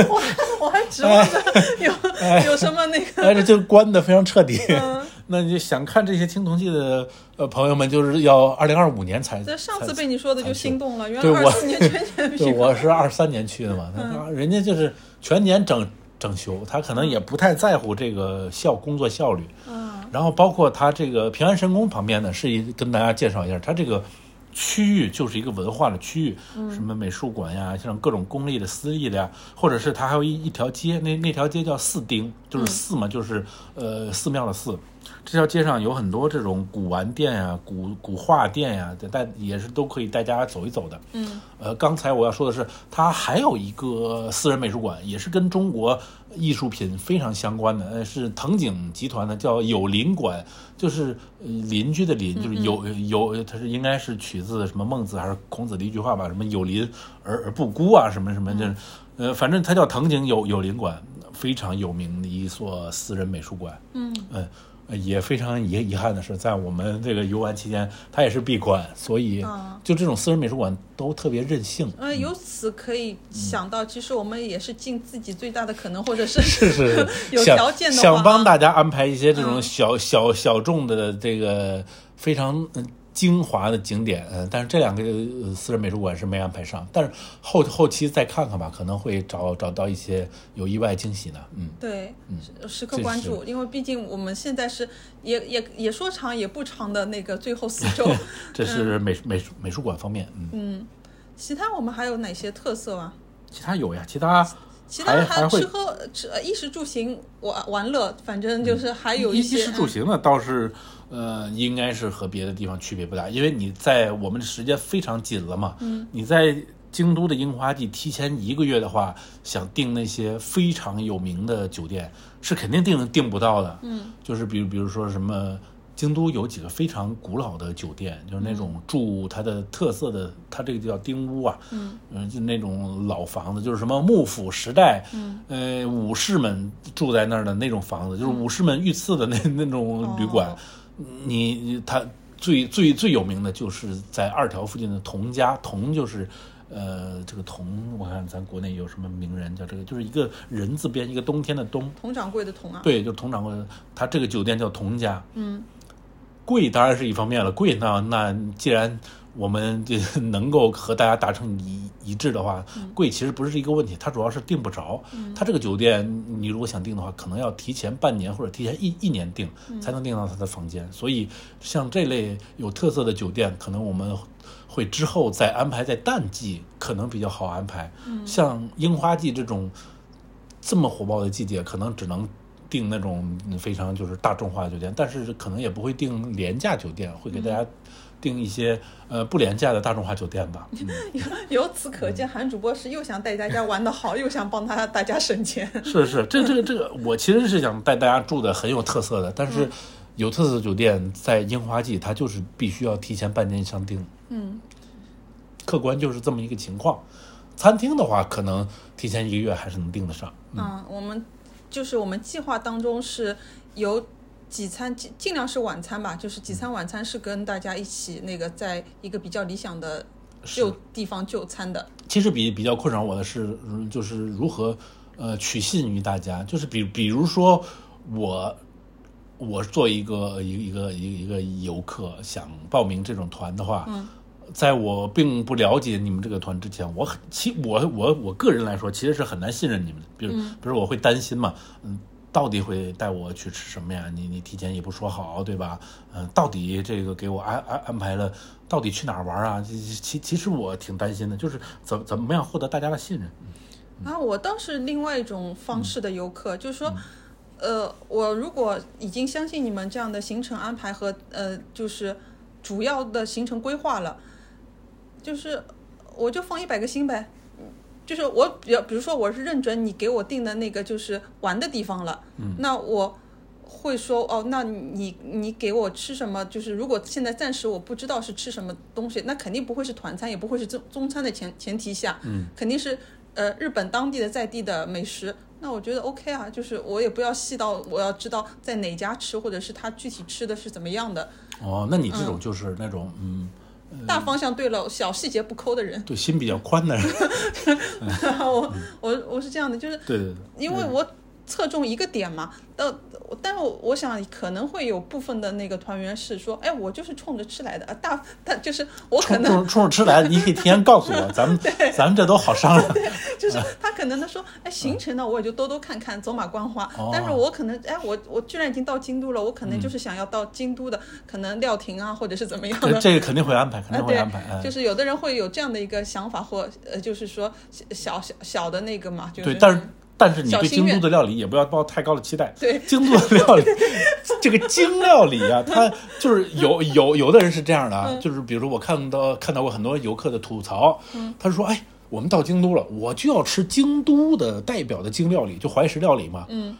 Speaker 1: 我还我还指望着
Speaker 2: 哎
Speaker 1: 有有什么那个
Speaker 2: 但是哎就关的非常彻底。
Speaker 1: 嗯
Speaker 2: (laughs) 那你就想看这些青铜器的呃朋友们，就是要二零二五年才。
Speaker 1: 这上
Speaker 2: 才
Speaker 1: 次被你说的
Speaker 2: 才
Speaker 1: 就
Speaker 2: 去
Speaker 1: 心动了，原
Speaker 2: 对
Speaker 1: 来
Speaker 2: 我
Speaker 1: 二四年全 (laughs) 全
Speaker 2: 对，
Speaker 1: 闭
Speaker 2: 我是二三年去的嘛，他他人家就是全年整整休，他可能也不太在乎这个效工作效率。
Speaker 1: 嗯，
Speaker 2: 然后包括他这个平安神宫旁边呢，是一跟大家介绍一下，它这个区域就是一个文化的区域，什么美术馆呀，像各种公立的、私立的呀，或者是它还有一一条街，那那条街叫四丁，就是寺嘛，就是呃寺庙的寺。这条街上有很多这种古玩店呀、古古画店呀，但也是都可以带大家走一走的。
Speaker 1: 嗯，
Speaker 2: 呃，刚才我要说的是，它还有一个私人美术馆，也是跟中国艺术品非常相关的，呃，是藤井集团的，叫友邻馆，就是呃邻居的邻，就是友友，它是应该是取自什么孟子还是孔子的一句话吧，什么友邻而而不孤啊，什么什么，就是呃，反正它叫藤井友友邻馆，非常有名的一所私人美术馆。
Speaker 1: 嗯
Speaker 2: 嗯。呃也非常遗遗憾的是，在我们这个游玩期间，它也是闭馆，所以
Speaker 1: 啊
Speaker 2: 就这种私人美术馆都特别
Speaker 1: (laughs)
Speaker 2: 任性。
Speaker 1: 呃，由此可以
Speaker 2: 嗯
Speaker 1: 想到，其实我们也是尽自己最大的可能，或者是
Speaker 2: 是是
Speaker 1: (laughs) 有
Speaker 2: 是，想
Speaker 1: 条件的话啊
Speaker 2: 想帮大家安排一些这种
Speaker 1: 嗯
Speaker 2: 小、小小众的这个非常嗯精华的景点，嗯，但是这两个呃私人美术馆是没安排上，但是后后期再看看吧，可能会找找到一些有意外惊喜的，嗯。
Speaker 1: 对，时时刻
Speaker 2: 这
Speaker 1: 关
Speaker 2: 是
Speaker 1: 注，因为毕竟我们现在是也也也说长也不长的那个最后四
Speaker 2: (laughs)
Speaker 1: 周。
Speaker 2: 这是美、美术美术馆方面，嗯，
Speaker 1: 嗯，其他我们还有哪些特色啊？
Speaker 2: 其他有呀，其他
Speaker 1: 其他
Speaker 2: 还还会
Speaker 1: 吃喝吃呃衣食住行玩玩乐，反正就是还有
Speaker 2: 嗯衣
Speaker 1: 些啊
Speaker 2: 衣食住行呢，倒是呃，应该是和别的地方区别不大，因为你在我们的时间非常紧了嘛，嗯，你在京都的樱花季提前一个月的话，想订那些非常有名的酒店是肯定订订不到的。
Speaker 1: 嗯，
Speaker 2: 就是比如比如说什么，京都有几个非常古老的酒店，就是
Speaker 1: 嗯
Speaker 2: 那种住它的特色的，它这个叫丁屋啊，
Speaker 1: 嗯
Speaker 2: 嗯，就那种老房子，就是什么幕府时代，
Speaker 1: 嗯，
Speaker 2: 呃，武士们住在那儿的那种房子，就是武士们御赐的那那种旅馆
Speaker 1: 哦。
Speaker 2: 你你它最最最有名的就是在二条附近的童家，童就是。呃，这个童，我看咱国内有什么名人叫这个，就是一个人字边，一个冬天的冬，
Speaker 1: 佟掌柜的佟啊， (laughs)
Speaker 2: 对，就是佟掌柜，他这个酒店叫佟家，
Speaker 1: 嗯，
Speaker 2: 贵当然是一方面了，贵那那既然我们这能够和大家达成一一致的话，
Speaker 1: 嗯
Speaker 2: 贵其实不是一个问题，它主要是订不着。它这个酒店你如果想订的话，可能要提前半年或者提前一一年订，
Speaker 1: 嗯
Speaker 2: 才能订到它的房间。所以像这类有特色的酒店，可能我们会之后再安排在淡季，可能比较好安排。
Speaker 1: 嗯
Speaker 2: 像樱花季这种这么火爆的季节，可能只能订那种非常就是大众化的酒店，但是可能也不会订廉价酒店，会给大家订一些、呃不廉价的大众化酒店吧。嗯
Speaker 1: 由此可见，韩主播是又想带大家玩得好，又想帮他大家省钱。
Speaker 2: 是是，这这个这个，我其实是想带大家住的很有特色的，但是有特色的酒店在樱花季，它就是必须要提前半年以上订。
Speaker 1: 嗯，
Speaker 2: 客观就是这么一个情况。餐厅的话，可能提前一个月还是能订得上。
Speaker 1: 嗯，我们就是我们计划当中是有几餐，尽尽量是晚餐吧，就是几餐晚餐是跟大家一起那个在一个比较理想的
Speaker 2: 是
Speaker 1: 就地方就餐的。
Speaker 2: 其实比比较困扰我的是，嗯就是如何呃取信于大家，就是比比如说我。我作为一个一个一个一个游客想报名这种团的话，
Speaker 1: 嗯
Speaker 2: 在我并不了解你们这个团之前，我很其我我我个人来说，其实是很难信任你们的。比如，嗯比如我会担心嘛，嗯，到底会带我去吃什么呀？你你提前也不说好，对吧？嗯，到底这个给我安安安排了，到底去哪儿玩啊？其其其实我挺担心的，就是怎怎么样获得大家的信任？
Speaker 1: 啊，我倒是另外一种方式的游客，就是说，呃，我如果已经相信你们这样的行程安排和呃，就是主要的行程规划了，就是我就放一百个心呗。就是我比较，比如说我是认准你给我定的那个就是玩的地方了，那我会说哦，那你你给我吃什么？就是如果现在暂时我不知道是吃什么东西，那肯定不会是团餐，也不会是中中餐的前前提下，嗯，肯定是呃日本当地的在地的美食。那我觉得 OK 啊，就是我也不要细到我要知道在哪家吃，或者是他具体吃的是怎么样的，
Speaker 2: 哦，那你这种就是那种嗯，
Speaker 1: 大方向对了，小细节不抠的人。
Speaker 2: 对心比较宽的人，
Speaker 1: (laughs) 我我我是这样的，就是
Speaker 2: (laughs) 对对对。
Speaker 1: 因为我侧重一个点嘛，但但我我想可能会有部分的那个团员是说，哎，我就是冲着吃来的啊，大 (laughs) 但就是我可
Speaker 2: 冲
Speaker 1: 能
Speaker 2: 冲冲着吃来的，你可以提前告诉我， (laughs) 咱们咱们这都好 (laughs) 商量。
Speaker 1: (laughs) 就是
Speaker 2: 嗯
Speaker 1: 他可能他说，哎，行程呢我也就兜兜看看，走马观花
Speaker 2: 哦，
Speaker 1: 但是我可能哎，我我居然已经到京都了，我可能就是想要到京都的，可能料亭啊或者是怎么样
Speaker 2: 嗯对
Speaker 1: 的。
Speaker 2: 这个肯定会安排，肯
Speaker 1: 啊，
Speaker 2: 定会
Speaker 1: 对
Speaker 2: 安排。哎，
Speaker 1: 就是有的人会有这样的一个想法，或呃，就是说小小小的那个嘛，就是
Speaker 2: 对，但是但是你
Speaker 1: 小
Speaker 2: 对
Speaker 1: 心
Speaker 2: 京都
Speaker 1: 愿
Speaker 2: 的料理也不要抱太高的期待。
Speaker 1: 对
Speaker 2: 京都的料理， (laughs) 这个京料理啊，它就是有有有的人是这样的
Speaker 1: 嗯
Speaker 2: 啊，就是比如说我看到看到过很多游客的吐槽，
Speaker 1: 嗯
Speaker 2: 他说哎。我们到京都了，我就要吃京都的代表的京料理，就怀石料理嘛。
Speaker 1: 嗯，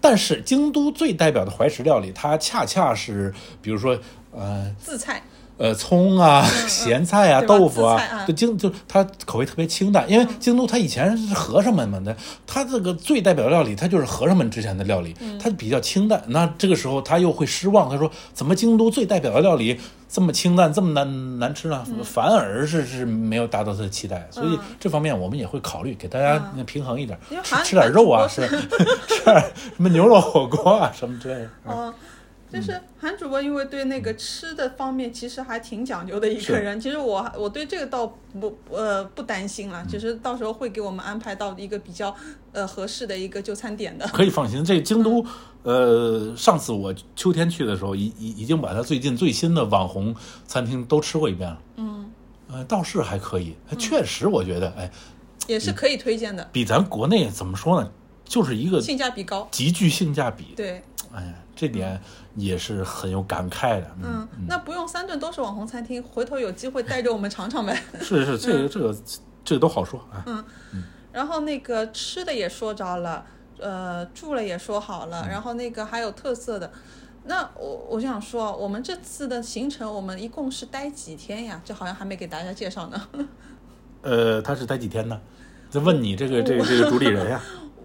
Speaker 2: 但是京都最代表的怀石料理，它恰恰是，比如说，呃，
Speaker 1: 自菜，
Speaker 2: 呃，葱啊、 (laughs) 咸菜
Speaker 1: 嗯
Speaker 2: 啊、
Speaker 1: 对吧
Speaker 2: 豆腐
Speaker 1: 紫菜啊
Speaker 2: 对京就它口味特别清淡，因为京都它以前是和尚们嘛的，它这个最代表料理，它就是和尚们之前的料理，
Speaker 1: 嗯
Speaker 2: 它比较清淡。那这个时候他又会失望，他说怎么京都最代表的料理这么清淡，这么难难吃呢？
Speaker 1: 嗯
Speaker 2: 反而是是没有达到他的期待，所以这方面我们也会考虑给大家平衡一点，
Speaker 1: 嗯因为
Speaker 2: 吃
Speaker 1: 韩
Speaker 2: 吃点
Speaker 1: 韩
Speaker 2: 肉啊，
Speaker 1: 主
Speaker 2: 是 (laughs) 吃点什么牛肉火锅啊什么之类的。
Speaker 1: 哦，就是韩主播，因为对那个吃的方面其实还挺讲究的一个
Speaker 2: 是
Speaker 1: 人。其实我我对这个倒不呃不担心了，只是到时候会给我们安排到一个比较呃合适的一个就餐点
Speaker 2: (laughs)
Speaker 1: 的。
Speaker 2: 可以放心，这京都，呃，上次我秋天去的时候，已已已经把它最近最新的网红餐厅都吃过一遍了。
Speaker 1: 嗯，
Speaker 2: 呃，倒是还可以，哎确实我觉得，哎，
Speaker 1: 也是可以推荐的，
Speaker 2: 比咱国内怎么说呢，就是一个
Speaker 1: 性价比高。
Speaker 2: 极具性价比。
Speaker 1: 对，
Speaker 2: 哎呀，这点也是很有感慨的。
Speaker 1: 嗯，那不用三顿都是网红餐厅，回头有机会带着我们尝尝呗。
Speaker 2: 是是，这个这个这个都好说啊。
Speaker 1: 嗯然后那个吃的也说着了，呃，住了也说好了，然后那个还有特色的。那我我就想说，我们这次的行程，我们一共是待几天呀？这好像还没给大家介绍呢， (laughs)
Speaker 2: 呃，他是待几天呢？再问你
Speaker 1: 哦
Speaker 2: 这个这个这个主理
Speaker 1: (laughs)
Speaker 2: 人呀、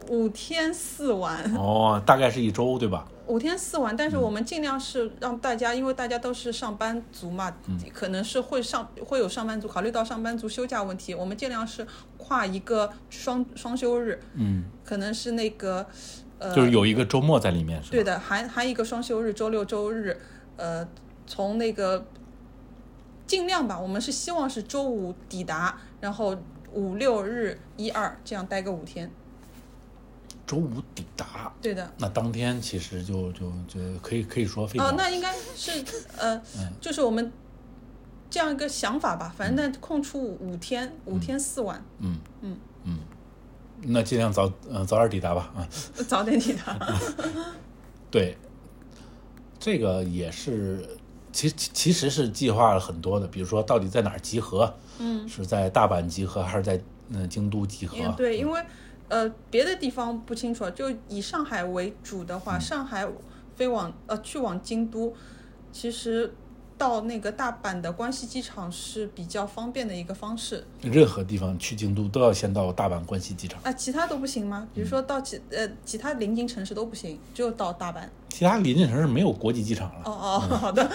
Speaker 1: 五天四晚，
Speaker 2: 哦，大概是一周对吧？
Speaker 1: 五天四晚。但是我们尽量是让大家，因为大家都是上班族嘛，可能是会上会有上班族，考虑到上班族休假问题，我们尽量是跨一个双双休日，
Speaker 2: 嗯，
Speaker 1: 可能是那个呃，
Speaker 2: 就是有一个周末在里面是吧？
Speaker 1: 对的，含含一个双休日，周六周日，呃，从那个尽量吧，我们是希望是周五抵达，然后五六日一二这样待个五天。
Speaker 2: 周五抵达，
Speaker 1: 对的，
Speaker 2: 那当天其实就就就可以可以说非
Speaker 1: 哦、
Speaker 2: 常、
Speaker 1: 那应该是呃，就是我们这样一个想法吧，反正那空出五五天，五天四晚， (laughs)
Speaker 2: 嗯
Speaker 1: 嗯
Speaker 2: 嗯，那尽量早呃早点抵达吧啊。
Speaker 1: 早点抵达。
Speaker 2: 对，这个也是，其其其实是计划了很多的，比如说到底在哪儿集合，嗯，是在大阪集合还是在嗯、呃京都集合
Speaker 1: 因为？对，因为呃别的地方不清楚，就以上海为主的话，上海飞往呃去往京都，其实到那个大阪的关西机场是比较方便的一个方式。
Speaker 2: 任何地方去京都都要先到大阪关西机场，
Speaker 1: 啊，其他都不行吗？比如说到其呃其他邻近城市都不行，只有到大阪。
Speaker 2: 其他临近城市没有国际机场了。
Speaker 1: 哦哦，好的，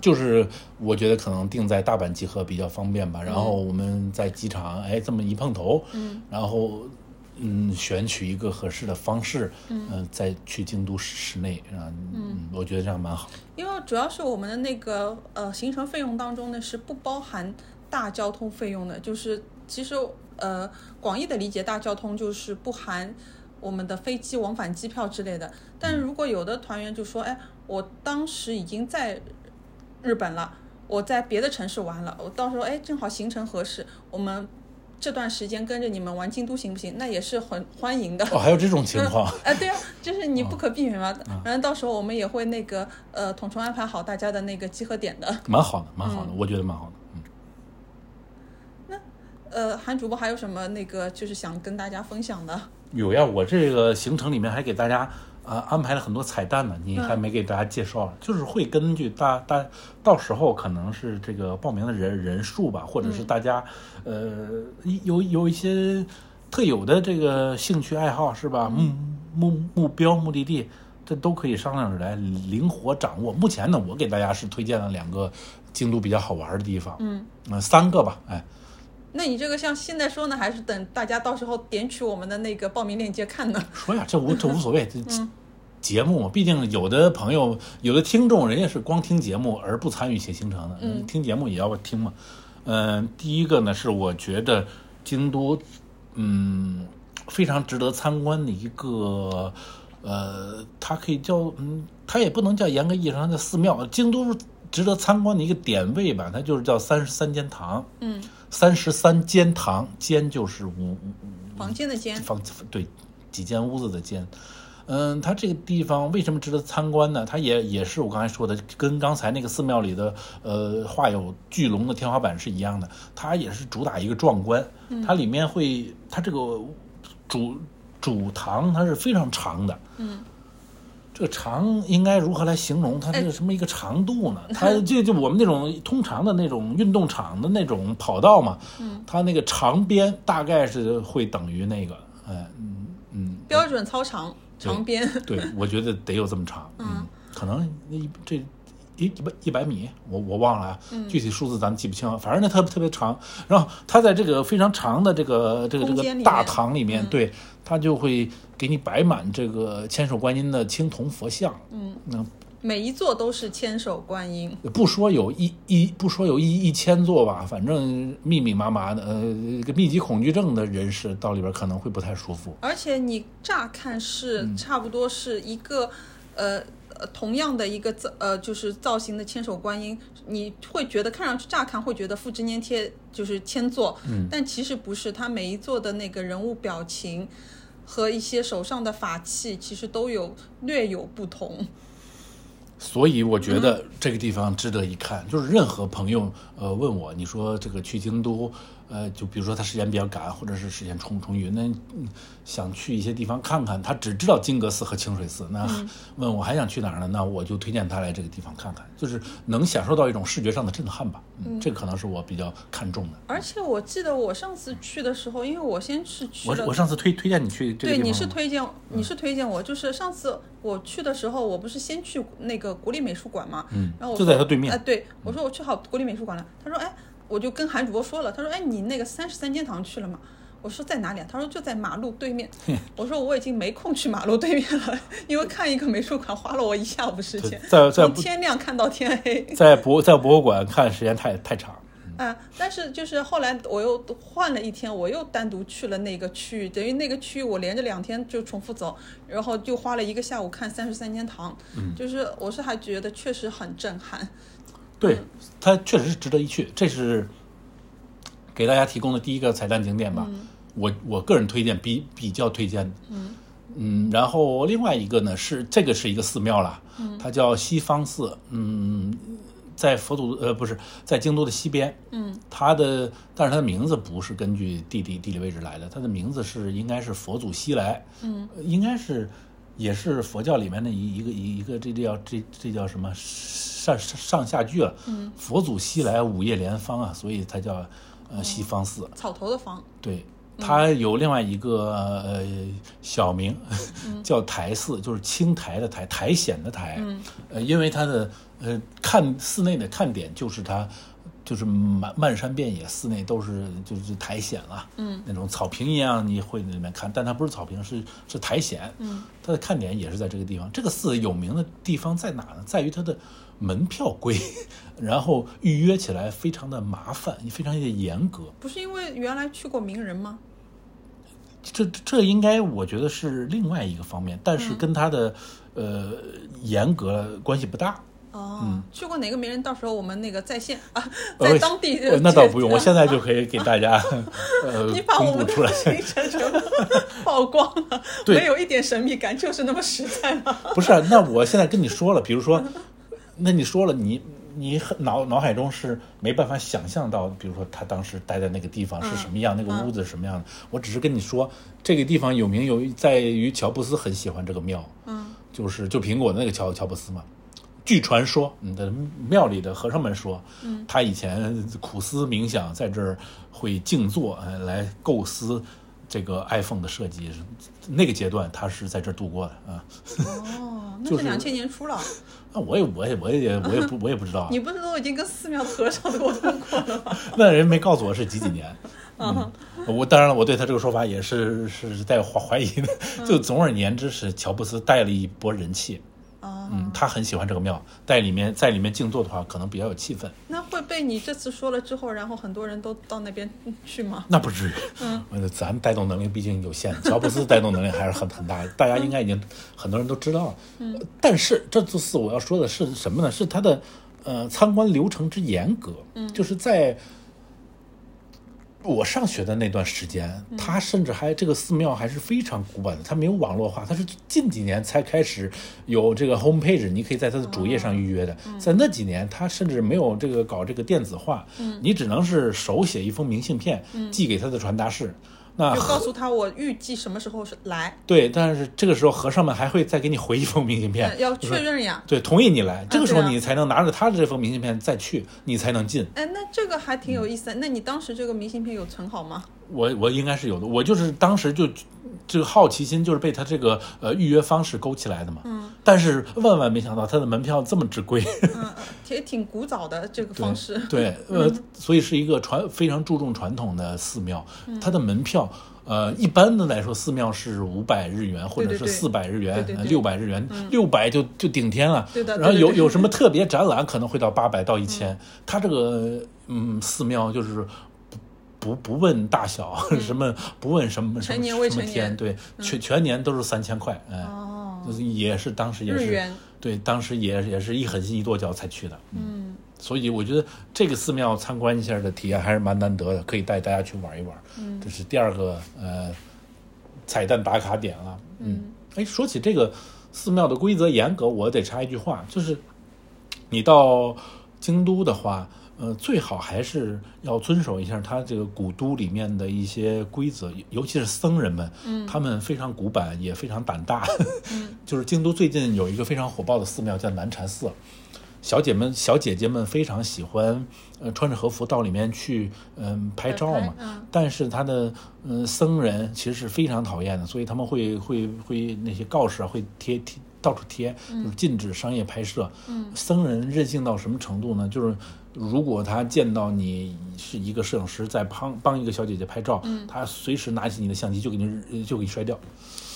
Speaker 2: 就是我觉得可能定在大阪集合比较方便吧。然后我们在机场，哎，这么一碰头，嗯，然后嗯，选取一个合适的方式，嗯、再去京都市市内，啊，嗯，我觉得这样蛮好。
Speaker 1: 因为主要是我们的那个呃行程费用当中呢是不包含大交通费用的，就是其实呃广义的理解大交通就是不含我们的飞机往返机票之类的。但如果有的团员就说，哎，我当时已经在日本了，我在别的城市玩了，我到时候哎正好行程合适，我们这段时间跟着你们玩京都行不行？那也是很欢迎的。
Speaker 2: 哦，还有这种情 (laughs) 况，
Speaker 1: 哎，对啊，就是你不可避免嘛。然后到时候我们也会那个呃，统筹安排好大家的那个集合点的。
Speaker 2: 蛮好的，蛮好的，我觉得蛮好的。嗯，
Speaker 1: 呃，韩主播还有什么那个就是想跟大家分享的？
Speaker 2: 有呀，我这个行程里面还给大家啊、呃安排了很多彩蛋呢，你还没给大家介绍呢。就是会根据大大到时候可能是这个报名的人人数吧，或者是大家、呃有有一些特有的这个兴趣爱好是吧？目目目标目的地。这都可以商量着来，灵活掌握。目前呢，我给大家是推荐了两个京都比较好玩的地方，嗯，呃，三个吧，哎，
Speaker 1: 那你这个像现在说呢，还是等大家到时候点取我们的那个报名链接看呢？
Speaker 2: 说呀，这无这无所谓，这节目嘛，毕竟有的朋友、有的听众，人家是光听节目而不参与写行程的，嗯，听节目也要听嘛。嗯、第一个呢是我觉得京都，嗯，非常值得参观的一个，呃，它可以叫，嗯，它也不能叫严格意义上它叫寺庙，京都值得参观的一个点位吧，它就是叫三十三间堂，
Speaker 1: 嗯，
Speaker 2: 三十三间堂，间就是五五
Speaker 1: 房间的间，
Speaker 2: 房对几间屋子的间。嗯，它这个地方为什么值得参观呢？它也也是我刚才说的，跟刚才那个寺庙里的呃画有巨龙的天花板是一样的。它也是主打一个壮观，它里面会它这个主主堂它是非常长的。
Speaker 1: 嗯，
Speaker 2: 这个长应该如何来形容它这个什么一个长度呢？它这就我们那种通常的那种运动场的那种跑道嘛，它那个长边大概是会等于那个，哎，嗯嗯，
Speaker 1: 标准操场长边，
Speaker 2: 对，我觉得得有这么长，嗯，可能一这一一百一百米，我我忘了啊，
Speaker 1: 嗯
Speaker 2: 具体数字咱们记不清了，反正那特特别长。然后它在这个非常长的这个这个这
Speaker 1: 空间里面嗯
Speaker 2: 个大堂里面，对，它就会给你摆满这个千手观音的青铜佛像，嗯，那
Speaker 1: 每一座都是千手观音。
Speaker 2: 不说有一一不说有一一千座吧，反正密密麻麻的，呃，这个密集恐惧症的人士到里边可能会不太舒服。
Speaker 1: 而且你乍看是差不多是一个，呃呃，同样的一个造呃就是造型的千手观音，你会觉得看上去乍看会觉得复制粘贴就是千座，嗯，但其实不是，它每一座的那个人物表情和一些手上的法器其实都有略有不同。
Speaker 2: 所以我觉
Speaker 1: 嗯
Speaker 2: 得这个地方值得一看，就是任何朋友呃问我，你说这个去京都，呃，就比如说他时间比较赶，或者是时间充充裕，那嗯想去一些地方看看。他只知道金阁寺和清水寺，那
Speaker 1: 嗯
Speaker 2: 问我还想去哪儿呢？那我就推荐他来这个地方看看，就是能享受到一种视觉上的震撼吧。嗯，这个可能是我比较看重的。
Speaker 1: 而且我记得我上次去的时候，因为我先是去
Speaker 2: 我
Speaker 1: 了
Speaker 2: 我上次推推荐你去这
Speaker 1: 对，
Speaker 2: 个地方
Speaker 1: 你是
Speaker 2: 吗嗯
Speaker 1: 推荐你是推荐我，就是上次我去的时候，我不是先去那个国立美术馆嘛，
Speaker 2: 嗯
Speaker 1: 然后我
Speaker 2: 就
Speaker 1: 说
Speaker 2: 在他对面嗯
Speaker 1: 哎、对我说我去好国立美术馆了，他说哎，我就跟韩主播说了，他说哎，你那个三十三间堂去了吗？我说在哪里啊？他说就在马路
Speaker 2: (laughs)
Speaker 1: 对面。我说我已经没空去马路对面了，因为看一个美术馆花了我一下午时间，
Speaker 2: 在在
Speaker 1: 从天亮看到天黑。
Speaker 2: 在博在博物馆看时间太太长。
Speaker 1: 啊，但是就是后来我又换了一天，我又单独去了那个区域，等于那个区域我连着两天就重复走，然后就花了一个下午看三十三间堂，
Speaker 2: 嗯
Speaker 1: 就是我是还觉得确实很震撼，
Speaker 2: 对，它确实是值得一去。这是给大家提供的第一个彩蛋景点吧。我我个人推荐，比比较推荐的。嗯然后另外一个呢是这个是一个寺庙啦，它叫西方寺。嗯，在佛祖呃不是在京都的西边。嗯，它的但是它的名字不是根据地理地理位置来的，它的名字是应该是佛祖西来。嗯，应该是。也是佛教里面的一一个一一个这这叫这这叫什么上上上下句了。嗯，佛祖西来，午夜莲芳啊，所以它叫呃西方寺。
Speaker 1: 草头的房，
Speaker 2: 对，它有另外一个呃小名 (laughs) 叫台寺，就是青苔的苔，苔藓的苔。呃，因为它的呃看寺内的看点就是它。就是漫漫山遍野，寺内都是就是苔藓了、嗯，那种草坪一样，你会那里面看，但它不是草坪，是是苔藓，嗯，它的看点也是在这个地方。这个寺有名的地方在哪呢？在于它的门票贵， (laughs) 然后预约起来非常的麻烦，非常的严格，
Speaker 1: 不是因为原来去过名人吗？
Speaker 2: 这这应该我觉得是另外一个方面，但
Speaker 1: 嗯
Speaker 2: 是跟他的、呃严格关系不大。
Speaker 1: 哦，去过哪个名人？到时候我们那个在线 (laughs) 啊，
Speaker 2: 嗯呃
Speaker 1: 在当地、
Speaker 2: 呃那倒
Speaker 1: (laughs)
Speaker 2: 不用，我现在就可以给大家呃
Speaker 1: 你把我
Speaker 2: 公布
Speaker 1: 们
Speaker 2: 出来
Speaker 1: 的。行程全部 (laughs) 曝光了，
Speaker 2: 对
Speaker 1: 没有一点神秘感，就是那么实在嘛。
Speaker 2: (laughs) 不是啊，那我现在跟你说了，比如说，那你说了，你你很脑脑海中是没办法想象到，比如说他当时待在那个地方是什么样，那个屋子是什么样的。我只是跟你说，这个地方有名有在于乔布斯很喜欢这个庙，
Speaker 1: 嗯，
Speaker 2: 就是就苹果的那个乔乔布斯嘛。据传说，你的庙里的和尚们说，嗯、他以前苦思冥想，在这儿会静坐，呃来构思这个 iPhone 的设计。那个阶段，他是在这儿度过的啊。
Speaker 1: 哦，那
Speaker 2: 就是是
Speaker 1: 两千年初了。
Speaker 2: 那我也我也我也我也 (laughs) 不我也不知道啊，
Speaker 1: 你不是都已经跟寺庙的和尚沟通过啊了吗？
Speaker 2: 那人没告诉我是几几年。嗯，我当然了，我对他这个说法也是是带怀怀疑的。就总而言之，是乔布斯带了一波人气。
Speaker 1: 啊，
Speaker 2: 嗯，他很喜欢这个庙，在里面在里面静坐的话，可能比较有气氛。
Speaker 1: 那会被你这次说了之后，然后很多人都到那边去吗？
Speaker 2: 那不至于，嗯，咱带动能力毕竟有限，乔布斯带动能力还是很很大的，大家应该已经很多人都知道了。嗯，但是这座寺我要说的是什么呢？是它的呃参观流程之严格，嗯，就是在我上学的那段时间，
Speaker 1: 嗯
Speaker 2: 它甚至还这个寺庙还是非常古板的，它没有网络化，它是近几年才开始有这个 homepage，你可以在它的主页上预约的。
Speaker 1: 哦
Speaker 2: 在那几年，它甚至没有这个搞这个电子化，
Speaker 1: 嗯
Speaker 2: 你只能是手写一封明信片、寄给他的传达室。那
Speaker 1: 就告诉他我预计什么时候是来，
Speaker 2: 对，但是这个时候和尚们还会再给你回一封明信片
Speaker 1: 呃，要
Speaker 2: 哎就是
Speaker 1: 确认呀。
Speaker 2: 对，同意你来。这个时候
Speaker 1: 对啊
Speaker 2: 你才能拿着他的这封明信片再去，你才能进。
Speaker 1: 哎，那这个还挺有意思。
Speaker 2: 嗯
Speaker 1: 那你当时这个明信片有存好吗？
Speaker 2: 我我应该是有的，我就是当时就这个好奇心就是被他这个呃预约方式勾起来的嘛。嗯。但是万万没想到他的门票这么之贵，
Speaker 1: 嗯，也挺古早的这个
Speaker 2: 对
Speaker 1: 方式。 (laughs) 嗯
Speaker 2: 对，呃，所以是一个传非常注重传统的寺庙，
Speaker 1: 嗯
Speaker 2: 它的门票。呃，一般的来说，寺庙是五百日元，或者
Speaker 1: 对
Speaker 2: 是
Speaker 1: 对
Speaker 2: 四百日元呃
Speaker 1: 对对、对
Speaker 2: 六百日元，六百就就顶天了。
Speaker 1: 对的嗯
Speaker 2: 然后
Speaker 1: 对对
Speaker 2: 有
Speaker 1: 对
Speaker 2: 有
Speaker 1: (laughs)
Speaker 2: 什么特别展览，可能会到八百到一千。它这个嗯，寺庙就是不不问大小，什么不问什么什
Speaker 1: 成
Speaker 2: 么
Speaker 1: 嗯年未
Speaker 2: 什么
Speaker 1: 成
Speaker 2: 天，
Speaker 1: 年嗯
Speaker 2: 对，全全年都是三千块，哎，
Speaker 1: 哦，
Speaker 2: 就是也是当时也
Speaker 1: 日
Speaker 2: 是
Speaker 1: 元
Speaker 2: 对，当时也也是一狠心一跺脚才去的，
Speaker 1: 嗯，
Speaker 2: 所以我觉得这个寺庙参观一下的体验还是蛮难得的，可以带大家去玩一玩。嗯，这是第二个呃彩蛋打卡点了。嗯，哎，说起这个寺庙的规则严格，我得插一句话，就是你到京都的话，呃，最好还是要遵守一下它这个古都里面的一些规则，尤其是僧人们，他们非常古板，也非常胆大。 (laughs) 就是京都最近有一个非常火爆的寺庙叫南禅寺，小姐们、小姐姐们非常喜欢，呃，穿着和服到里面去，嗯、拍照嘛。
Speaker 1: 嗯
Speaker 2: 但是他的嗯、呃僧人其实是非常讨厌的，所以他们会会会那些告示啊，会贴贴到处贴，就是禁止商业拍摄。
Speaker 1: 嗯
Speaker 2: 僧人任性到什么程度呢？就是如果他见到你是一个摄影师在帮帮一个小姐姐拍照，他随时拿起你的相机就给你就给你摔掉。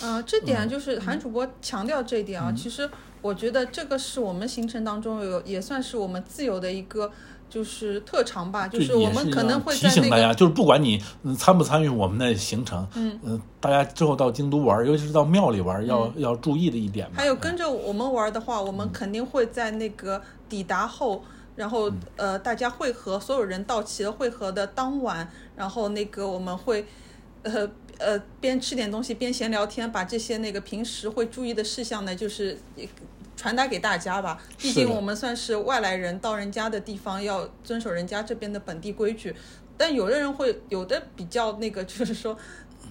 Speaker 1: 呃，这点就是韩主播强调这一点啊。
Speaker 2: 嗯
Speaker 1: 其实我觉得这个是我们行程当中有也算是我们自由的一个就是特长吧，就
Speaker 2: 这
Speaker 1: 是
Speaker 2: 也
Speaker 1: 我们可能
Speaker 2: 要
Speaker 1: 会
Speaker 2: 提
Speaker 1: 在
Speaker 2: 醒
Speaker 1: 那
Speaker 2: 大
Speaker 1: 个
Speaker 2: 家，就是不管你嗯参不参与我们的行程，嗯、大家之后到京都玩，尤其是到庙里玩，要、
Speaker 1: 嗯
Speaker 2: 要注意的一点嘛。
Speaker 1: 还有跟着我们玩儿的话，我们肯定会在那个抵达后，然后
Speaker 2: 嗯
Speaker 1: 呃，大家汇合，所有人到齐了汇合的当晚，然后那个我们会，呃 (laughs) 呃，边吃点东西边闲聊天，把这些那个平时会注意的事项呢，就是也传达给大家吧。毕
Speaker 2: 是
Speaker 1: 竟
Speaker 2: 的
Speaker 1: 我们算是外来人，到人家的地方要遵守人家这边的本地规矩。但有的人会，有的比较那个，就是说，